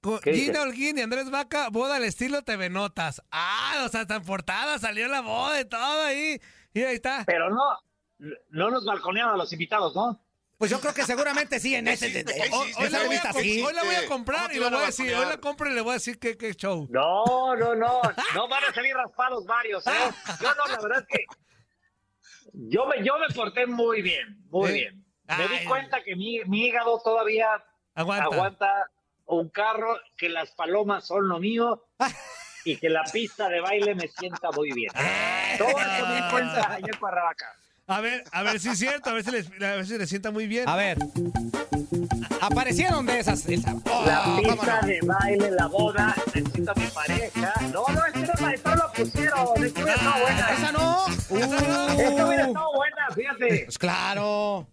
S2: co-
S9: ¿Qué dice?
S2: Gina Holguín y Andrés Vaca, boda al estilo TV Notas. Ah, o sea, tan portada, salió la boda y todo ahí. Y ahí está.
S9: Pero no, no nos balconearon a los invitados, ¿no?
S1: Pues yo creo que seguramente sí en ese.
S2: Hoy, hoy la voy a,
S1: revista
S2: com-
S1: sí.
S2: hoy la voy a comprar y le
S9: iban a
S2: voy a decir, hoy
S9: vacunar?
S2: la compro y le voy a decir que, que show.
S9: No, no, no. No van a salir raspados varios, ¿eh? Yo no, la verdad es que yo me, yo me porté muy bien, muy
S2: Eh,
S9: bien. Me di
S2: ay.
S9: cuenta que mi, mi hígado todavía
S2: Aguanta.
S9: aguanta un carro, que las palomas son lo mío y que la pista de baile me sienta muy bien. Todo eso me di cuenta ayer para Rabaca.
S2: A ver, a ver si es cierto, a ver si les, a ver si les sienta muy bien.
S1: A ver. Aparecieron de esas. esa- Oh,
S9: La pista
S1: vámonos.
S9: de baile, la boda, necesito a mi pareja. No, no, es que no, no la pusieron. Es que hubiera estado buena.
S2: Ah,
S1: Esa no.
S9: Esta Uh. hubiera estado buena, fíjate.
S1: Pues
S2: Ah,
S1: claro.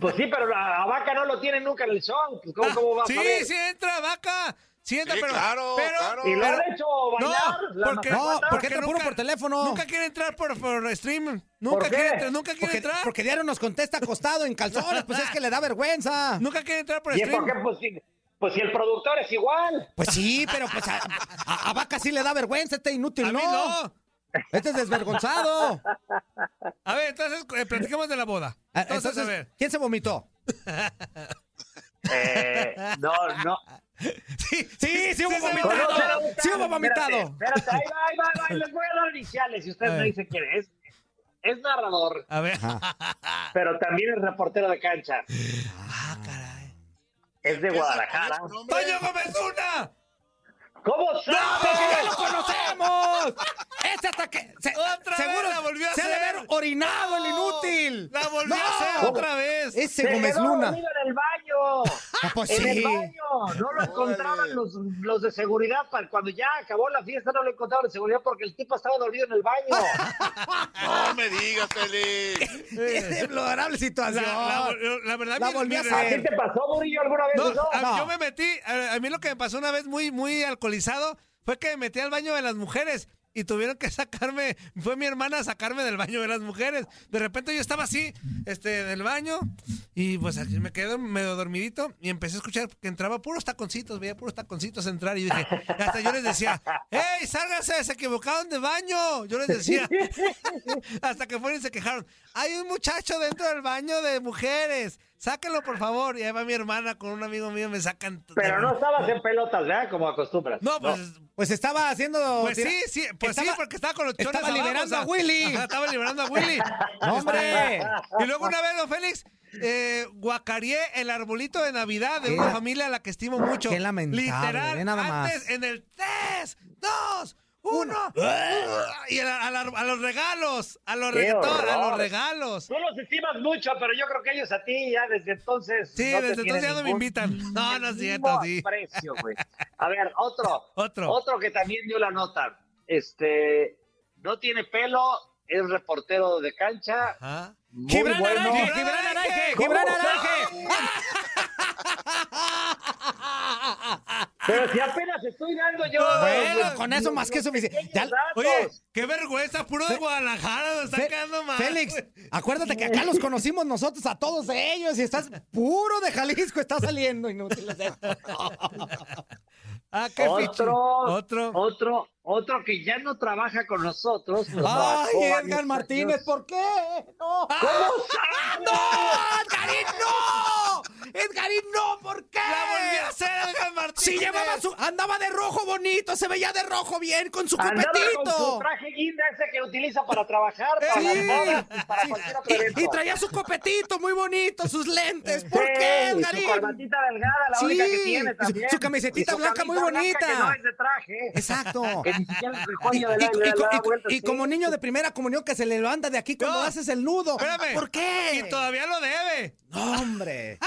S9: Pues sí, pero la, a Vaca no lo tiene nunca en el show. Pues, ¿Cómo, cómo va
S2: Ah, sí,
S9: a saber?
S2: sí entra, vaca. Sí entra,
S3: Sí,
S2: pero.
S3: claro,
S2: pero,
S3: claro.
S9: Y lo
S2: pero-
S9: han hecho bailar.
S2: No, porque,
S1: No, porque entra puro por teléfono.
S2: Nunca quiere entrar por, por stream. Nunca
S9: qué?
S2: quiere entrar, nunca quiere
S1: Porque,
S2: entrar.
S1: porque Diario nos contesta acostado en calzones, pues es que le da vergüenza.
S2: Nunca quiere entrar por
S9: ¿Y es
S2: stream.
S9: porque, pues, si, pues si el productor es igual.
S1: Pues sí, pero pues a, a- a Vaca sí le da vergüenza, este inútil,
S2: A mí
S1: no.
S2: no.
S1: Este es desvergonzado.
S2: A ver, entonces eh, platiquemos de la boda.
S1: Ah,
S2: Entonces, a ver.
S1: ¿quién se vomitó?
S9: Eh, no, no.
S2: Sí,
S1: Sí, sí hubo
S2: se
S9: No, no,
S1: vomitado.
S9: espérate,
S1: Sí hubo vomitado.
S9: Espérate, espérate, ahí va, ahí va, ahí va, les voy a dar iniciales si ustedes
S2: A
S9: me
S2: ver.
S9: dicen quién es. Es narrador,
S2: A ver.
S9: pero también es reportero de cancha.
S1: Ah,
S9: Es de Guadalajara.
S2: ¡Toño Gómez Luna!
S9: ¿Cómo
S1: ¡Ya lo
S9: sabes?
S1: conocemos! Este hasta que. se-
S2: Otra
S1: seguro
S2: vez la volvió a
S1: se ha de
S2: hacer.
S1: haber orinado el inútil.
S2: La volvió a hacer otra vez.
S1: Ese
S9: Se
S1: Gómez
S9: quedó
S1: Luna.
S9: dormido en el baño.
S1: Ah, pues
S9: en el
S1: sí.
S9: baño. No lo encontraban los, los de seguridad. para- Cuando ya acabó la fiesta, no lo encontraban de seguridad porque el tipo estaba dormido en el baño.
S3: No me digas, Félix.
S1: Es deplorable
S2: La,
S1: situación.
S2: la- la verdad,
S1: La
S2: mira,
S1: volvió a
S2: mira,
S9: ¿A
S1: hacer.
S9: ti te pasó, Murillo, alguna vez?
S2: No,
S9: eso?
S2: a-
S1: No.
S2: yo me metí, a, a mí lo que me pasó una vez muy, muy alcoholizado fue que me metí al baño de las mujeres y tuvieron que (laughs) sacarme, fue mi hermana a sacarme del baño de las mujeres. De repente yo estaba así, este, en el baño y pues aquí me quedé medio dormidito y empecé a escuchar que entraba puros taconcitos, veía puros taconcitos entrar y dije, hasta yo les decía, ¡Ey, sálganse, se equivocaron de baño! Yo les decía, hasta que fueron y se quejaron. Hay un muchacho dentro del baño de mujeres. Sáquenlo, por favor. Y ahí va mi hermana con un amigo mío me sacan.
S9: Pero no estabas en pelotas, ¿verdad? Como acostumbras.
S2: No, pues,
S1: Pues estaba haciendo.
S2: pues
S1: tira-
S2: sí, sí. Pues sí,
S1: estaba-
S2: porque estaba con los chones
S1: estaba
S2: abajo,
S1: liberando a Willy.
S2: Ajá, estaba liberando a Willy.
S1: (laughs) ¡No, hombre!
S2: Y luego una vez, don Félix, eh, guacareé el arbolito de Navidad de
S1: Qué-
S2: una familia a la que estimo mucho.
S1: qué lamentable,
S2: Literal,
S1: ve nada más.
S2: antes en el 3, 2, 1. Y a, la- a la- a los regalos, a los,
S9: Qué
S2: regga- a
S9: horror.
S2: los regalos.
S9: Tú los estimas mucho, pero yo creo que ellos a ti ya desde entonces.
S2: Sí,
S9: no te
S2: desde
S9: tienen
S2: entonces ya no me
S9: ningún-
S2: invitan. No, no es cierto,
S9: ningún
S2: sí.
S9: aprecio, güey. A ver, otro.
S2: (laughs) Otro.
S9: Otro que también dio la nota. Este. No tiene pelo, es reportero de cancha. Muy
S11: Gibran
S9: bueno.
S11: Araige, Gibran Araige, Gibran Araige.
S1: (laughs)
S9: Pero si apenas estoy dando yo.
S1: Bueno, con eso más que suficiente. Ya-
S2: Oye, qué vergüenza, puro de Guadalajara lo están
S1: Fe-
S2: quedando mal.
S1: Félix, acuérdate que acá los conocimos nosotros a todos ellos y estás puro de Jalisco, está saliendo inútil. o sea.
S2: Ah, qué fichi.
S9: otro,
S2: Otro.
S9: otro, otro, que ya no trabaja con nosotros. pero
S1: Ay,
S9: trabajó varios
S1: Edgar
S9: años.
S1: Martínez, ¿por qué? No. ¡Ah!
S9: ¿Cómo
S1: ¡No! ¡Edgarín, no! ¡Edgarín, no! ¿Por qué? ¡La volvió a hacer Edgar Martínez! Si llevaba su. Andaba de rojo bonito, se veía de rojo bien con su
S9: Andaba con su
S1: copetito.
S9: traje guinda ese que utiliza para trabajar,
S1: Eh,
S9: para las bodas, para cualquier otro evento.
S1: Y traía su copetito muy bonito, sus lentes. ¿Por
S9: Sí,
S1: qué,
S9: y su
S1: Edgarín?
S9: corbatita delgada, la única que tiene
S1: su-
S9: también.
S1: Su camisetita
S9: Y su
S1: blanca muy
S9: camisa
S1: bonita.
S9: blanca que no es de traje.
S1: Exacto.
S9: (laughs) Que ni siquiera el cuello
S1: Y-
S9: le da-
S1: y-
S9: le
S1: y-
S9: da
S1: y-
S9: vueltas,
S1: y
S9: sí.
S1: como niño de primera comunión que se le levanta de aquí cuando
S2: No.
S1: haces el nudo.
S2: Espérame.
S1: ¿Por qué?
S2: Y todavía lo debe.
S1: No, hombre.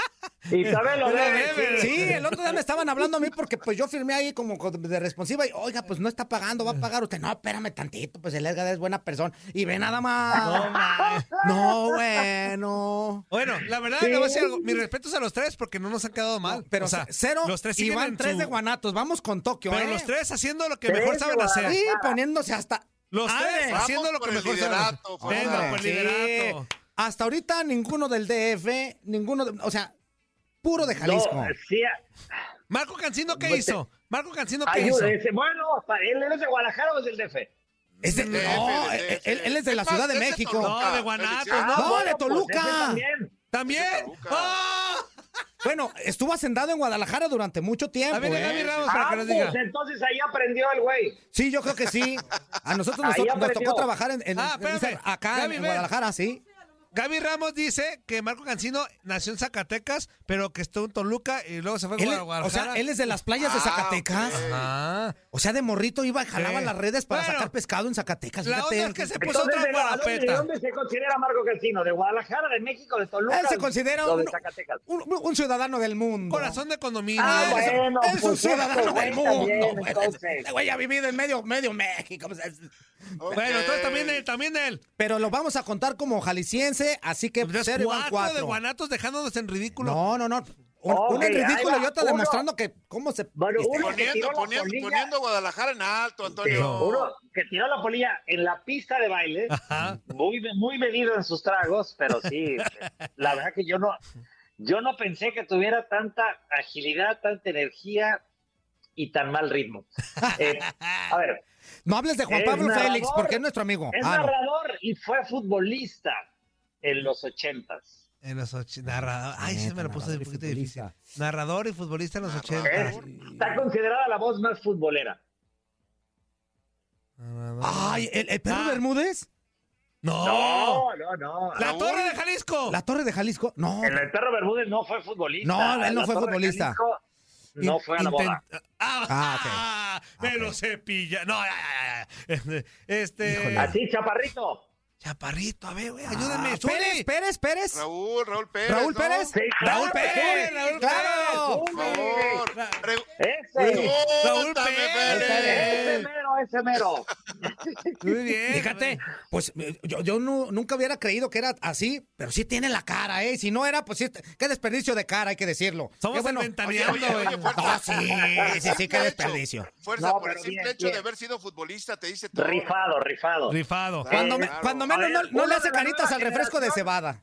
S9: Y todavía
S1: (laughs)
S9: lo debe,
S1: Sí,
S9: sí.
S1: el otro día me estaban hablando a mí porque pues yo firmé ahí como con- de responsiva y, oiga, pues no está pagando, va a pagar usted. No, espérame tantito, pues el Edgar es buena persona. Y ve nada
S2: No,
S1: más. No, bueno.
S2: Bueno, la verdad,
S1: Sí.
S2: le voy a decir algo. Mis respetos a los tres porque no nos han quedado mal.
S1: Pero
S2: o sea,
S1: cero
S2: los tres
S1: y
S2: siguen
S1: van
S2: en
S1: tres
S2: su-
S1: de guanatos. Vamos con Tokio,
S2: Pero
S1: ¿eh?
S2: los tres haciendo lo que mejor saben hacer.
S1: Sí, poniéndose hasta...
S2: Los tres
S1: Vamos
S2: (laughs) haciendo lo
S1: por
S2: que
S1: el
S2: mejor saben.
S1: liderato,
S2: hacer. Venga,
S3: pues,
S1: Hombre,
S2: por el
S1: sí.
S2: pues, liderato.
S1: Hasta ahorita ninguno del DF, ninguno, de- o sea, puro de Jalisco.
S9: No, sí,
S2: Marco Cancino, ¿qué
S9: Voy
S2: hizo? Marco Cancino, ¿qué hizo?
S9: ayúdense. Bueno, pa- él él es de Guadalajara o es del DF.
S1: Es de- no, eh, él, él es de la
S9: Es más,
S1: Ciudad de
S9: es de
S1: México.
S9: Toluca,
S2: No, de Guanatos,
S1: Ah,
S2: no.
S1: no, de Toluca.
S9: Pues ese también.
S2: ¿También? ¡Ah!
S1: Bueno, estuvo hacendado en Guadalajara durante mucho tiempo.
S2: A ver,
S1: ¿eh?
S2: Gaby Ramos, para que nos diga.
S9: Pues
S12: eh.
S9: entonces ahí aprendió el güey.
S1: Sí, yo creo que sí. A nosotros nos,
S9: Ahí
S1: nos tocó
S9: aprendió.
S1: trabajar en, en-
S2: Ah,
S1: en-
S2: espérame.
S1: acá
S2: Gaby,
S1: en
S2: ven.
S1: Guadalajara, sí.
S2: Gaby Ramos dice que Marco Cancino nació en Zacatecas, pero que estuvo en Toluca y luego se fue
S1: Él-
S2: a
S1: o
S2: Guadalajara.
S1: sea, él es de las playas de Zacatecas.
S2: Ah.
S1: O sea, de morrito iba y jalaba
S2: Sí.
S1: las redes para
S2: Bueno,
S1: sacar pescado en Zacatecas.
S2: la
S1: fíjate.
S2: onda es que se puso
S9: Entonces,
S2: otra
S9: ¿de dónde, de
S2: guarapeta.
S9: dónde se considera Marco Cancino? ¿De Guadalajara, de México, de Toluca?
S1: Él se considera
S9: o
S1: un,
S9: de Zacatecas.
S1: un- un ciudadano del mundo.
S2: Corazón de condominio.
S9: Ah,
S2: Él es-
S9: bueno,
S1: Él es un
S9: pues
S1: ciudadano
S9: este
S1: del
S9: güey
S1: mundo.
S9: también,
S1: güey.
S9: entonces.
S1: Este güey ha vivido en medio, medio México. o sea, es-
S2: Bueno, entonces también él, también él.
S1: Pero lo vamos a contar como jalisciense, así que
S2: Pues
S1: cero y van
S2: cuatro, de guanatos dejándonos en ridículo.
S1: No, no, no. Un,
S9: Ok,
S1: uno en ridículo
S9: ahí va,
S1: y otro
S9: uno.
S1: demostrando que cómo se.
S9: Bueno,
S1: este-
S9: uno que
S3: Poniendo,
S9: tiró la
S3: poniendo,
S9: polilla,
S3: poniendo a Guadalajara en alto, Antonio.
S9: uno que tiró la polilla en la pista de baile,
S2: Ajá.
S9: muy, muy medido en sus tragos, pero
S1: (laughs)
S9: sí, la verdad que yo no, yo no pensé que tuviera tanta agilidad, tanta energía y tan mal ritmo. Eh, a ver,
S1: (laughs) No hables de Juan
S9: El
S1: Pablo
S9: narrador-
S1: Félix, porque es nuestro amigo.
S9: es
S1: Ah, no.
S9: narrador y fue futbolista en los ochentas.
S2: En los och- narrador. Ay, se me lo puso un
S1: narrador y
S2: poquito difícil.
S1: futbolista.
S2: Narrador y futbolista en los
S9: Es-
S2: ochentas.
S9: está considerada la voz más futbolera.
S2: Narrador.
S1: Ay, ¿el, el perro
S2: Ah.
S1: Bermúdez?
S2: No.
S9: No, no, no.
S2: La Torre de Jalisco.
S1: ¿La Torre de Jalisco? No.
S9: El, el perro Bermúdez no fue futbolista.
S1: No, él no
S9: La
S1: fue
S9: Torre
S1: futbolista.
S9: Jalisco
S1: pues,
S9: No fue a la boda.
S2: Intent- Ah,
S1: Ah,
S2: Me lo cepilla. No, ya, ya, ya, ya. Este.
S1: Híjole.
S9: Así, chaparrito.
S2: Chaparrito, a ver, güey,
S1: Ah,
S2: ayúdame. Zuli.
S1: Pérez, Pérez, Pérez.
S3: Raúl, Raúl Pérez.
S1: Raúl
S3: ¿no?
S1: Pérez.
S9: Sí,
S1: Raúl
S9: claro,
S1: Pérez.
S9: sí,
S2: Raúl
S1: Claro.
S3: Por favor. Pre-
S9: Ese.
S1: Sí.
S2: Raúl
S3: Pregúntame,
S2: Pérez.
S3: Pérez.
S1: Eh.
S9: Ese mero, ese mero.
S2: Muy bien.
S1: Fíjate, pues eh, yo, yo nu- nunca hubiera creído que era así, pero sí tiene la cara, ¿eh? Si no era, pues sí, qué desperdicio de cara, hay que decirlo.
S2: Somos
S1: Qué
S2: el ventaneando,
S3: Oye, oye, oye,
S2: güey.
S3: fuerza.
S1: No, sí, sí, sí, qué desperdicio.
S3: Fuerza,
S9: No,
S3: por el
S9: pero
S3: simple
S9: bien,
S3: hecho de
S9: bien.
S3: haber sido futbolista, te dice todo.
S9: Rifado, rifado.
S2: Rifado.
S1: Cuando, me-
S3: claro.
S1: cuando
S9: A
S1: menos
S9: ver,
S1: no, no le
S9: una
S1: hace
S9: de la
S1: caritas
S9: nueva
S1: al refresco de cebada.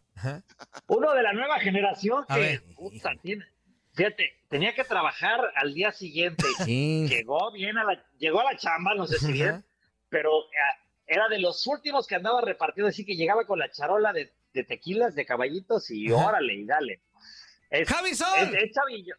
S9: Uno de la nueva generación
S2: A ver.
S9: que, puta, tiene- Fíjate, tenía que trabajar al día siguiente. Llegó bien a la, llegó a la chamba, no sé si bien, pero eh, era de los últimos que andaba repartiendo, así que llegaba con la charola de, de tequilas, de caballitos y
S2: Ajá.
S9: órale y dale. Este, Es-
S2: Javi
S9: Es,
S1: Eh,
S2: Sol.
S9: es chavillo.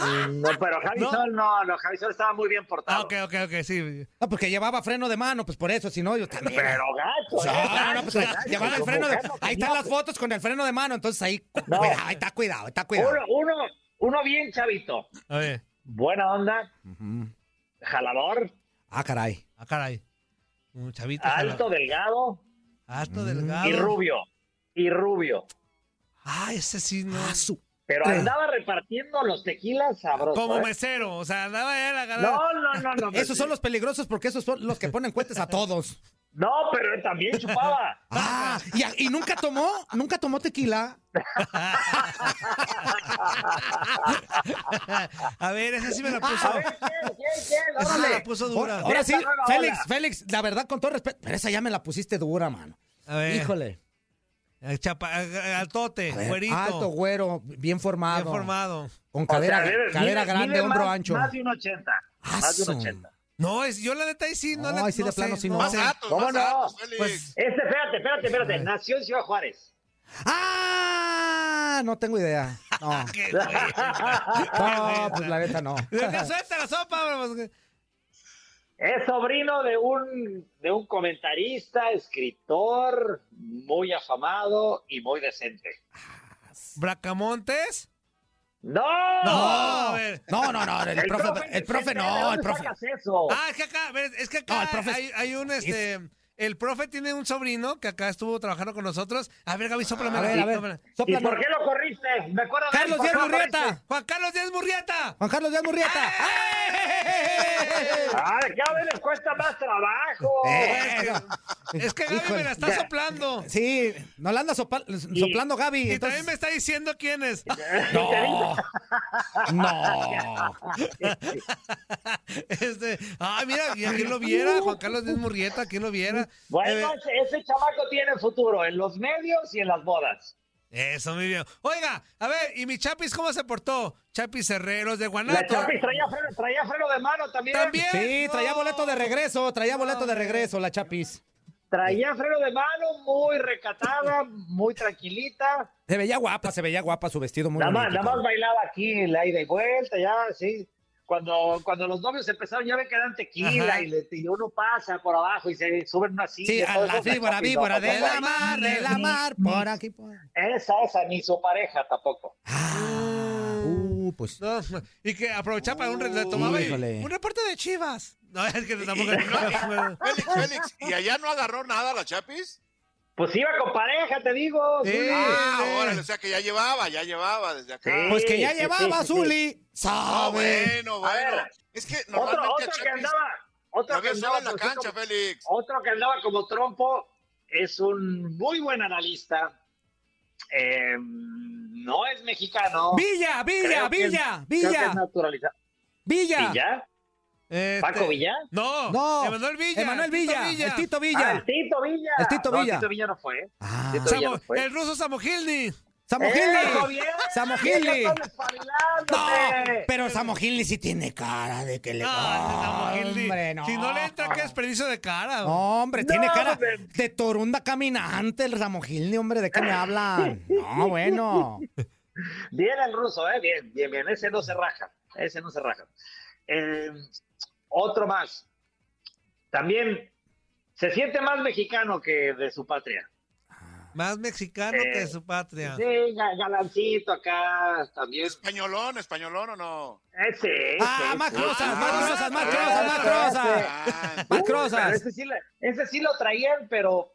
S9: Mm, No, pero Javi
S2: No.
S9: Sol no, no, Javi Sol estaba muy bien
S2: Ah,
S9: portado.
S2: ok, ok, ok, sí.
S1: No, porque llevaba freno de mano, pues por eso, si no, yo también.
S9: Pero gacho,
S1: No,
S9: eh,
S1: no, no, pues,
S9: gacho, gacho,
S1: llevaba el
S9: como
S1: freno de...
S9: gacho que
S1: Ahí están
S9: no,
S1: las fotos con el freno de mano, entonces ahí,
S9: No.
S1: cuidado, ahí está cuidado, está cuidado.
S9: Uno, uno, uno bien chavito,
S2: A ver.
S9: buena onda,
S1: Ujú.
S9: jalador,
S1: Ah, caray.
S2: Ah, caray. Un chavito.
S9: alto, delgado
S2: jala-
S1: Mm.
S2: Alto, delgado.
S9: Ah, y rubio. Y rubio.
S2: Ah, ese sí no.
S1: Ah, su-
S9: Pero
S1: Tres.
S9: andaba repartiendo los tequilas sabrosos.
S2: Como
S9: ¿eh?
S2: mesero. O sea, andaba él a ganar.
S9: No, no, no, no.
S2: (laughs)
S1: Esos son los peligrosos porque esos son los que ponen cuentes a todos.
S9: No, pero también chupaba.
S1: Ah, ¿y, y nunca tomó, nunca tomó tequila.
S2: A ver, esa sí me la puso.
S1: Ah, A ver,
S2: Esa me Ah, la puso dura.
S1: Ahora, ahora sí, Félix, Félix, la verdad, con todo respeto, pero esa ya me la pusiste dura, mano.
S2: A ver.
S1: Híjole.
S2: Eh, chapa- eh, altote,
S1: A ver,
S2: güerito.
S1: Alto, güero, bien formado.
S2: Bien formado.
S1: Con
S2: O sea,
S1: cadera,
S2: debe-
S1: cadera
S2: mide-
S1: grande,
S2: mide
S1: hombro
S2: más-
S1: ancho.
S2: más
S9: de un 80.
S2: más de un
S1: Asu.
S2: 80. No, es, yo la neta ahí sí, no,
S1: No,
S2: la
S1: ahí sí de
S2: sé,
S1: plano sí no.
S2: sé. Ah,
S1: Más altos,
S9: ¿Cómo no?
S2: Pues-
S9: Este, espérate, espérate, espérate. Nació en Ciudad Juárez.
S1: Ah, no tengo idea.
S2: (laughs)
S1: No. (laughs) no, pues la neta no.
S2: suelta la sopa.
S9: Es sobrino de un, de un comentarista, escritor, muy afamado y muy decente.
S2: ¿Bracamontes?
S9: ¡No!
S2: No, (laughs) a ver.
S1: No, no, no, el profe- el profe no,
S2: ¿de dónde
S1: el profe.
S2: sacas Ah, es que acá, a ver, es que acá
S1: No, el profe es-
S2: hay, hay un este. El profe tiene un sobrino que acá estuvo trabajando con nosotros. A ver, Gaby, sóplame.
S1: A ver,
S2: la-
S1: a ver,
S2: sóplame.
S1: sóplame. ¿Y por qué
S9: lo corriste? Me acuerdo
S1: de Carlos él, ¿por Díaz qué lo Murrieta. corriste?
S2: Juan Carlos Díaz Murrieta.
S1: Juan Carlos Díaz Murrieta.
S9: ¡Ah, cada vez les cuesta más trabajo!
S1: Eh.
S2: Es que Gaby me la está soplando.
S1: Sí, no la anda sopa- soplando Gaby.
S2: Y
S1: entonces-
S2: también me está diciendo quién es.
S1: No. No.
S2: (laughs) Este, ah, mira, y a quién lo viera, Juan Carlos Díaz Murrieta, quién lo viera.
S9: Bueno, ese chamaco tiene futuro en los medios y en las bodas.
S2: Eso, muy bien. Oiga, a ver, ¿y mi Chapis cómo se portó? Chapis Herreros de Guanato.
S9: La Chapis traía freno, traía freno de mano también.
S2: También.
S1: Sí, traía boleto de regreso, traía boleto de regreso la Chapis.
S9: Traía freno de mano, muy recatada, muy tranquilita.
S1: Se veía guapa, se veía guapa su vestido muy
S9: Nada más,
S1: bonito.
S9: nada más bailaba aquí, la ida y vuelta, ya, sí. Cuando, cuando los novios empezaron, ya ven que dan tequila
S1: Ajá.
S9: y, le- y uno pasa por abajo y se suben una silla.
S1: Sí, a
S9: todo
S1: la
S9: eso,
S1: víbora,
S9: Chapis,
S1: víbora
S9: no,
S1: de
S9: no,
S1: la
S9: no.
S1: mar, de la mar, por aquí, por
S9: Esa, esa, ni su pareja tampoco.
S1: Uh, pues.
S2: Ah. No, (laughs) y que aprovechaba para un re- le tomaba y-
S1: Híjole.
S2: un reporte de Chivas. No, (laughs) es que tampoco.
S1: (laughs)
S2: no,
S9: eh.
S3: Félix, Félix, ¿y allá no agarró nada la Chapis?
S9: Pues iba con pareja, te digo. sí.
S3: Ah, órale, o sea que ya llevaba, ya llevaba desde acá.
S1: Pues que ya llevaba, Zuli.
S3: No,
S1: Sabe.
S3: Ah, bueno, bueno. es que normalmente
S9: Ah, otro,
S3: a
S9: otro que
S3: Chapis-
S9: andaba, otro
S3: lo
S9: que
S3: había usado
S9: andaba
S3: en la
S9: pues, sí,
S3: cancha,
S9: como-
S3: Félix.
S9: Otro que andaba como trompo es un muy buen analista. Eh, no es mexicano.
S1: Villa, Villa,
S9: Creo que es-
S1: Villa,
S9: creo que
S1: Villa.
S9: es naturalizado.
S1: Villa.
S9: Villa.
S2: Este-
S9: Paco Villa.
S2: No,
S1: No,
S2: Emanuel Villa.
S1: Emanuel
S2: Tito
S1: Villa, el Tito Villa.
S9: Ah, el Tito Villa.
S1: El Tito
S9: No,
S1: Villa.
S9: Tito Villa no fue.
S1: Ah.
S9: Tito Villa no
S2: Samo-
S9: fue.
S2: el ruso Samogilni.
S9: ¡Eso,
S1: Samogilli.
S9: bien!
S1: Samogilli.
S9: Ya están espabilándote.
S1: No, pero Samogilli sí tiene cara de que le. Ah,
S2: No, Samogilni.
S1: Hombre, no.
S2: Si no le entra, qué desperdicio de cara.
S1: No, hombre, tiene
S2: No,
S1: cara
S2: hombre.
S1: de torunda caminante el Samogilli, hombre, ¿de qué
S2: (laughs)
S1: me hablan? No, bueno.
S9: Bien el ruso, ¿eh? Bien, bien, bien. Ese no se raja. Ese no se raja. Eh, otro más. También se siente más mexicano que de su patria.
S2: Más mexicano que de su patria.
S9: Eh, Sí, ga- galancito acá también.
S3: Españolón, españolón o no.
S9: Ese, ese.
S1: Ah, más
S9: ese.
S1: crozas, más
S9: Ah,
S1: crozas, más
S9: ah,
S1: crozas, más crozas.
S3: Ah,
S1: Más
S9: Uh, pero
S1: crozas.
S9: Ese sí, la- ese sí lo traían, pero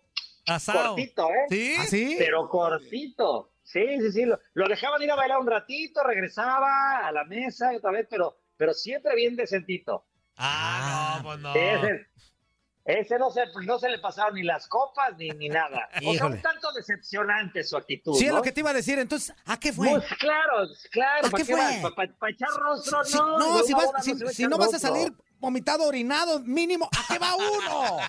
S2: Asado.
S9: cortito, ¿eh?
S2: ¿Sí?
S1: ¿Ah, sí?
S9: Pero cortito. Sí, sí, sí. Lo, lo dejaban ir a bailar un ratito, regresaba a la mesa y otra vez, pero, pero siempre bien decentito.
S2: Ah, no, pues no.
S9: Ese, ese no, se, no se le pasaron ni las copas ni, ni nada. O sea,
S1: Híjole.
S9: un tanto decepcionante su actitud.
S1: Sí, es
S9: ¿no?
S1: lo que te iba a decir. Entonces, ¿a qué fue?
S9: Pues claro, claro.
S1: ¿A qué
S9: ¿Para qué
S1: fue?
S9: vas? ¿Para echar rostro?
S1: Si-
S9: no,
S1: no,
S9: de
S1: si,
S9: una
S1: vas-
S9: boda
S1: si-
S9: se va
S1: si
S9: echar
S1: no vas a
S9: rostro.
S1: salir vomitado, orinado, mínimo, ¿a
S9: (laughs)
S1: qué va uno?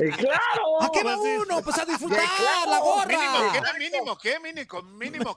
S9: Eh, Claro.
S1: ¿A qué va
S2: pues sí.
S1: uno? Pues a disfrutar
S9: claro,
S1: la
S3: Ah, Mínimo,
S1: gorra.
S3: ¿qué? Mínimo, ¿qué? Mínimo,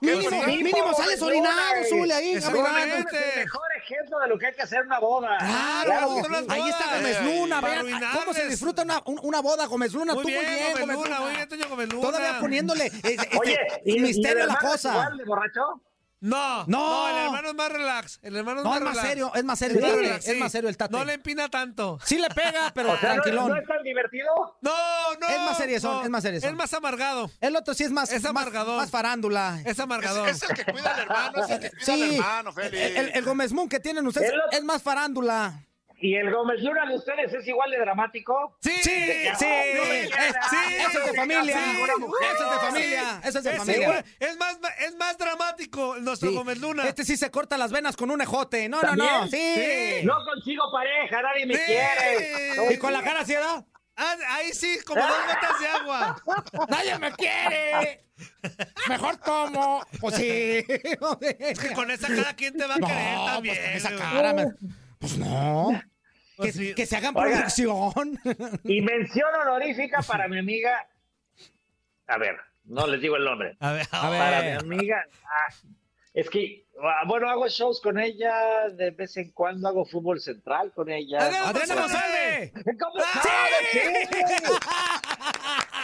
S3: mínimo, ¿qué?
S1: Mínimo,
S3: ¿verdad?
S9: Sí,
S1: mínimo,
S9: por
S1: sales
S9: favor,
S1: orinado,
S9: eh.
S1: Zule, ahí,
S2: Exactamente.
S1: caminando.
S9: Es el mejor ejemplo de lo que hay que hacer en una boda.
S1: Claro,
S2: son las
S1: ahí está
S2: bodas,
S1: Gómez
S2: eh,
S1: Luna,
S2: para
S1: vean
S2: arruinarles.
S1: cómo se disfta una, un- una boda, Gómez Luna,
S2: Muy
S1: tú
S2: bien,
S1: muy bien,
S2: Gómez
S1: Gómez
S2: Luna,
S1: Luna.
S2: muy bien, Toño Gómez Luna.
S1: Todavía
S9: (laughs)
S1: poniéndole eh, este,
S9: Oye, y,
S1: misterio a la cosa.
S9: ¿De borracho?
S2: No, no,
S1: No.
S2: el hermano es más relax. El hermano
S1: No,
S2: más
S1: es más
S2: relax.
S1: serio, es más serio el
S2: más
S1: tate,
S2: relax,
S1: es
S2: sí.
S1: más serio el tate.
S2: No le empina tanto.
S1: Sí le pega,
S9: (laughs)
S1: pero
S9: O sea, ¿no-
S1: tranquilón.
S9: ¿no, es tan divertido?
S2: No, no.
S1: Es más seriezón,
S2: no.
S1: es más seriezón.
S2: Es más amargado.
S1: El otro sí es más,
S2: Es
S1: más,
S2: amargador.
S1: más farándula.
S2: Es amargador.
S3: Es, es el que cuida al hermano, es el que cuida al
S1: Sí,
S3: hermano,
S1: el,
S3: Félix.
S1: el- el Gómez Moon que tienen ustedes
S9: El otro-
S1: es más farándula.
S9: ¿Y el Gómez Luna de ustedes es igual de dramático?
S2: Sí, sí,
S9: Ya,
S1: sí,
S9: no me
S1: es-
S9: digas,
S1: sí, eso es de
S9: no me
S1: familia,
S9: digas, ninguna
S1: sí,
S9: mujer.
S1: eso es de familia, eso es de
S2: Ese
S1: familia.
S2: güey Es más, es más dramático el nuestro
S1: Sí.
S2: Gómez Luna.
S1: Este sí se corta las venas con un ejote. No, no, no.
S9: ¿También?
S1: Sí.
S9: No consigo pareja, nadie me
S2: Sí.
S9: quiere.
S1: Y con la cara así, ¿no?
S2: Ah, ahí sí, como dos gotas de agua.
S13: ¡Nadie me quiere! Mejor tomo. Pues sí.
S2: Es que
S1: (laughs)
S2: con esa cara, ¿quién te va a
S13: No,
S2: querer
S13: pues,
S2: también?
S13: con esa
S2: güey? Uh.
S13: cara, me-
S1: Pues no.
S2: Pues
S1: que,
S2: sí.
S1: que se hagan
S9: Oiga.
S1: producción.
S9: Y mención honorífica para mi amiga. A ver, no les digo el nombre.
S2: A ver, a
S9: Para mi
S2: ver.
S9: amiga. ah, es que, ah, bueno, hago shows con ella de vez en cuando, hago fútbol central con ella.
S2: ¡Adriana González!
S9: ¿Cómo
S2: Ah, (laughs)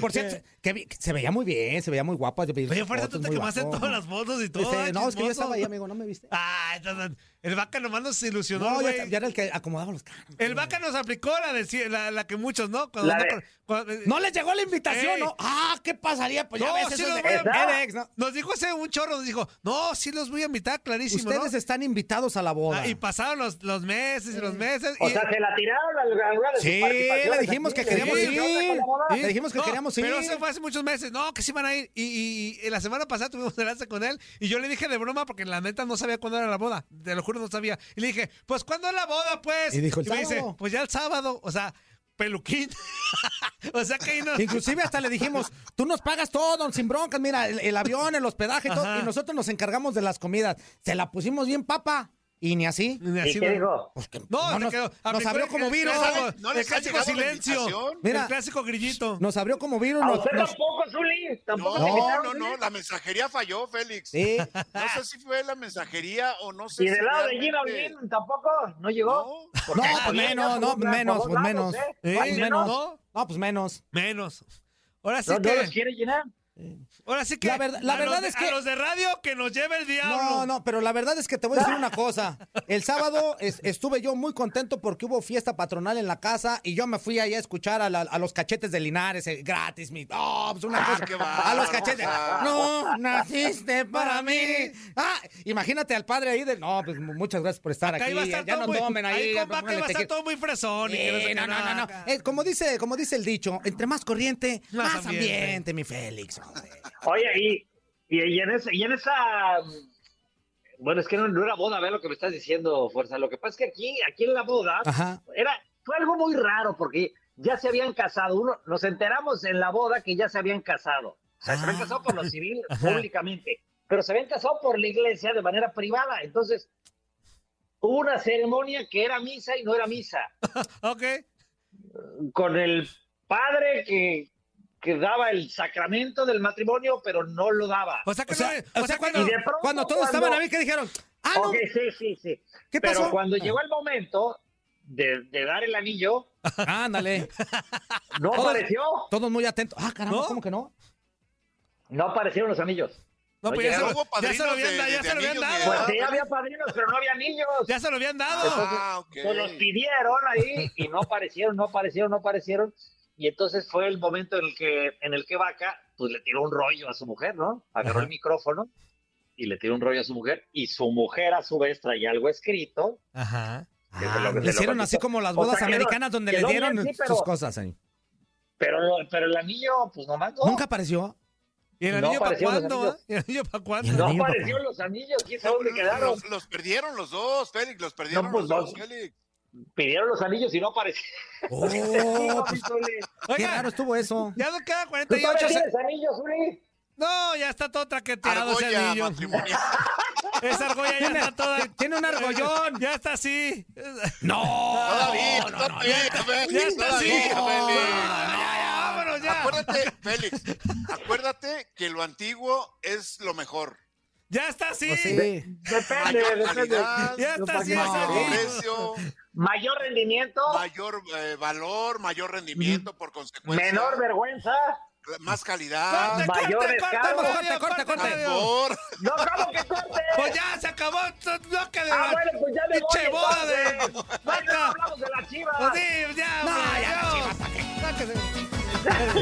S1: Por cierto, que vi- que se veía muy bien, se veía muy guapa.
S2: Oye, fuerza, tú te quemaste todas las fotos y todo. ay,
S1: Este, no, es que yo
S2: chismoso.
S1: estaba ahí, amigo, no me viste.
S2: Ah, entonces, el vaca nomás nos ilusionó,
S1: No,
S2: güey.
S1: ya, ya era el que acomodaba los carros.
S2: El vaca nos aplicó la, de, sí- la, la que muchos, ¿no?
S1: La
S2: no,
S1: de- No les llegó la invitación,
S2: Ey.
S1: ¿no? Ah, ¿qué pasaría? Pues ya
S2: eh, No,
S1: ves
S2: sí
S1: eso
S2: los
S1: de-
S2: voy a-
S1: FedEx, ¿no?
S2: Nos dijo ese un chorro, nos dijo, no, sí los voy a invitar, clarísimo, ¿no?
S1: Ustedes están invitados a la boda.
S2: Ah, y pasaron los, los meses y los meses.
S9: O
S2: y-
S9: sea, se la tiraron al al lugar de sus
S1: Sí,
S9: participaciones
S1: le dijimos
S9: aquí,
S1: que queríamos
S9: ¿qué onda
S1: ir.
S9: con la boda?
S1: Le dijimos que queríamos ir.
S2: Pero eso fue hace muchos meses. No, que sí van a ir. Y, y- y la semana pasada tuvimos el enlace con él. Y yo le dije de broma, porque la neta no sabía cuándo era la boda. Te lo juro, no sabía. Y le dije, pues ¿cuándo es la boda, pues?
S1: Y dijo, "El
S2: me dice,
S1: sábado".
S2: pues ya el sábado. O sea, peluquín. (laughs) o sea que ahí no.
S1: Inclusive hasta le dijimos, tú nos pagas todo, sin broncas, mira, el, el avión, el hospedaje y todo,
S2: Ajá.
S1: y nosotros nos encargamos de las comidas. Se la pusimos bien papa, y ni así.
S2: Ni así, qué ¿no? dijo?
S1: Pues que
S2: No, se
S1: no nos,
S2: quedó.
S1: nos
S2: Aplicó
S1: abrió
S2: el-
S1: como
S2: el-
S1: virus.
S2: el-
S3: ¿No
S2: el,
S3: les ha
S2: clásico
S3: llegado la
S2: silencio.
S3: invitación?
S1: Mira.
S2: el clásico grillito.
S1: Nos abrió como virus.
S9: A
S1: nos-
S9: usted
S1: nos-
S9: tampoco, Zuli. Tampoco
S1: No,
S9: te
S3: No,
S9: invitaron,
S3: no,
S9: Zuli?
S3: no, la mensajería falló, Félix.
S1: Sí.
S3: No sé si fue la mensajería o no sé
S9: Y
S3: si
S9: del lado de
S3: realmente-
S9: Gina Olin tampoco, no llegó.
S1: No,
S9: (laughs) Porque
S1: pues
S9: también
S1: menos,
S9: ya
S1: no,
S9: por un-
S1: pues menos,
S9: por
S1: pues
S9: dos
S1: menos.
S9: lados, ¿eh?
S2: ¿Eh?
S9: Más
S1: menos.
S9: menos.
S2: ¿No?
S1: No, pues menos.
S2: Menos. Ahora sí
S9: No, no
S2: que.
S9: los quiere llenar.
S2: Ahora sí que.
S1: La verdad- la
S2: a los
S1: verdad
S2: de-
S1: es que-
S2: A los de radio que nos lleve el diablo.
S1: No, no, pero la verdad es que te voy a decir una cosa. El sábado es- estuve yo muy contento porque hubo fiesta patronal en la casa y yo me fui allá a escuchar a, la- a los cachetes de Linares eh, gratis. Mi, oh, pues
S2: Ah,
S1: una cosa.
S3: qué
S1: a los
S3: bárbaro,
S1: cachetes.
S3: Rafa.
S1: No, naciste para mí. Ah, imagínate al padre ahí de. No, pues muchas gracias por estar
S2: Acá
S1: aquí. eh,
S2: iba a estar
S1: Ya
S2: todo
S1: no
S2: muy,
S1: tomen ahí.
S2: ahí
S1: ya
S2: con Vaca
S1: pónganle
S2: iba a estar
S1: tequila.
S2: todo muy fresón. y que no sé
S1: Eh,
S2: qué
S1: no, no, no, no.
S2: nada.
S1: Eh, como, dice, como dice el dicho, entre más corriente,
S2: Más
S1: más,
S2: ambiente.
S1: ambiente, mi Félix. hombre.
S9: Oye, y, y, y en esa, y en esa. mm, Bueno, es que no, no era boda, ver lo que me estás diciendo, Fuerza. Lo que pasa es que aquí, aquí en la boda,
S2: Ah,
S1: Ajá.
S9: era, fue algo muy raro porque ya se habían casado. Uno, nos enteramos en la boda que ya se habían casado. O sea, se habían casado por lo civil públicamente, pero se habían casado por la iglesia de manera privada. Entonces, hubo una ceremonia que era misa y no era misa.
S2: Ok.
S9: Con el padre que, que daba el sacramento del matrimonio, pero no lo daba.
S2: O sea que no. es-
S1: O sea,
S2: que
S1: cuando,
S2: no-
S9: y de pronto,
S1: cuando todos
S9: cuando-
S1: estaban a mí, que dijeron? Ah, no.
S9: Ok, sí, sí, sí.
S1: ¿Qué
S9: Pero
S1: pasó?
S9: cuando
S1: Ah.
S9: llegó el momento de, de dar el anillo,
S1: Ándale.
S9: no
S1: Todos-
S9: apareció.
S1: Todos muy atentos. Ah, caramba,
S2: ¿No?
S1: ¿cómo que no?
S9: No aparecieron los anillos.
S2: No,
S9: No
S2: pues ya se,
S9: llegaron.
S2: lo,
S3: Hubo
S2: ya se lo
S3: padrinos
S2: habían,
S3: de-
S2: dado, ya
S3: de
S2: se lo habían
S3: anillos,
S2: dado.
S9: Pues
S3: Ah,
S9: sí, había padrinos, pero no había anillos.
S2: Ya se lo habían dado.
S3: Ah, ok.
S9: Se Pues los pidieron ahí y no aparecieron, no aparecieron, no aparecieron. Y entonces fue el momento en el que, en el que Vaca, pues le tiró un rollo a su mujer, ¿no? Agarró el micrófono y le tiró un rollo a su mujer. Y su mujer, a su vez, traía algo escrito.
S2: Ajá.
S9: que se lo-
S1: Ah,
S9: que se
S1: le
S9: lo
S1: hicieron
S9: contestó.
S1: así como las
S9: O sea,
S1: bodas
S9: quedó-
S1: americanas donde le
S9: quedó bien,
S1: dieron
S9: sí, pero-
S1: sus cosas ahí.
S9: Pero, pero el anillo, pues nomás no.
S1: Nunca apareció.
S2: ¿Y el
S9: No
S2: anillo para
S9: aparecieron los
S2: cuándo?
S9: anillos.
S2: ah? ¿Y el anillo para cuándo?
S1: el
S9: no
S1: anillo,
S9: aparecieron
S1: papá.
S9: los anillos, quién sabe
S3: No,
S9: dónde quedaron.
S3: los, los perdieron los dos, Félix, los perdieron
S9: pues,
S3: los
S9: no.
S3: dos, Félix.
S9: Pidieron los anillos y no aparecieron.
S1: Oh,
S9: Sí,
S1: pues,
S9: Zuli.
S1: qué
S2: Oiga,
S1: raro Pues estuvo eso.
S2: ya nos quedan
S9: ¿Tú todavía
S2: 48 se-
S9: tienes anillos, Zuli?
S2: No, ya está todo traqueteado ese
S3: Argolla
S2: anillo.
S3: matrimonial.
S2: (laughs) Esa argolla ya está toda.
S1: (laughs) Tiene un argollón.
S2: (laughs) Ya está así.
S3: Todavía, todavía, Félix,
S2: Ya está así.
S3: todavía, Félix.
S2: Ah, ya, ya, vámonos
S9: Ah,
S2: ya.
S3: Acuérdate, Félix, acuérdate que lo antiguo es lo mejor.
S2: Ya está así.
S1: Pues sí.
S9: Depende,
S3: Mayor
S9: depende.
S3: calidad,
S2: Ya está así ese
S3: mayor
S2: anillo.
S3: precio,
S9: Mayor rendimiento,
S3: mayor eh, valor, mayor rendimiento, por consecuencia,
S9: menor vergüenza.
S3: más calidad,
S2: Corte,
S9: Ah, Mayor
S2: corte, corte,
S9: descargo.
S2: corte,
S1: Corte, corte, corte.
S2: radio.
S3: mejor.
S9: No, ¿cómo que corte?
S2: Pues ya se acabó el bloque de
S9: Ah, bueno, pues ya me voy.
S2: pinche boda de
S9: entonces. Mañana
S2: vaca.
S9: hablamos de la chiva.
S2: Pues sí, ya, hombre, adiós. Sáquese.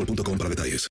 S14: para detalles.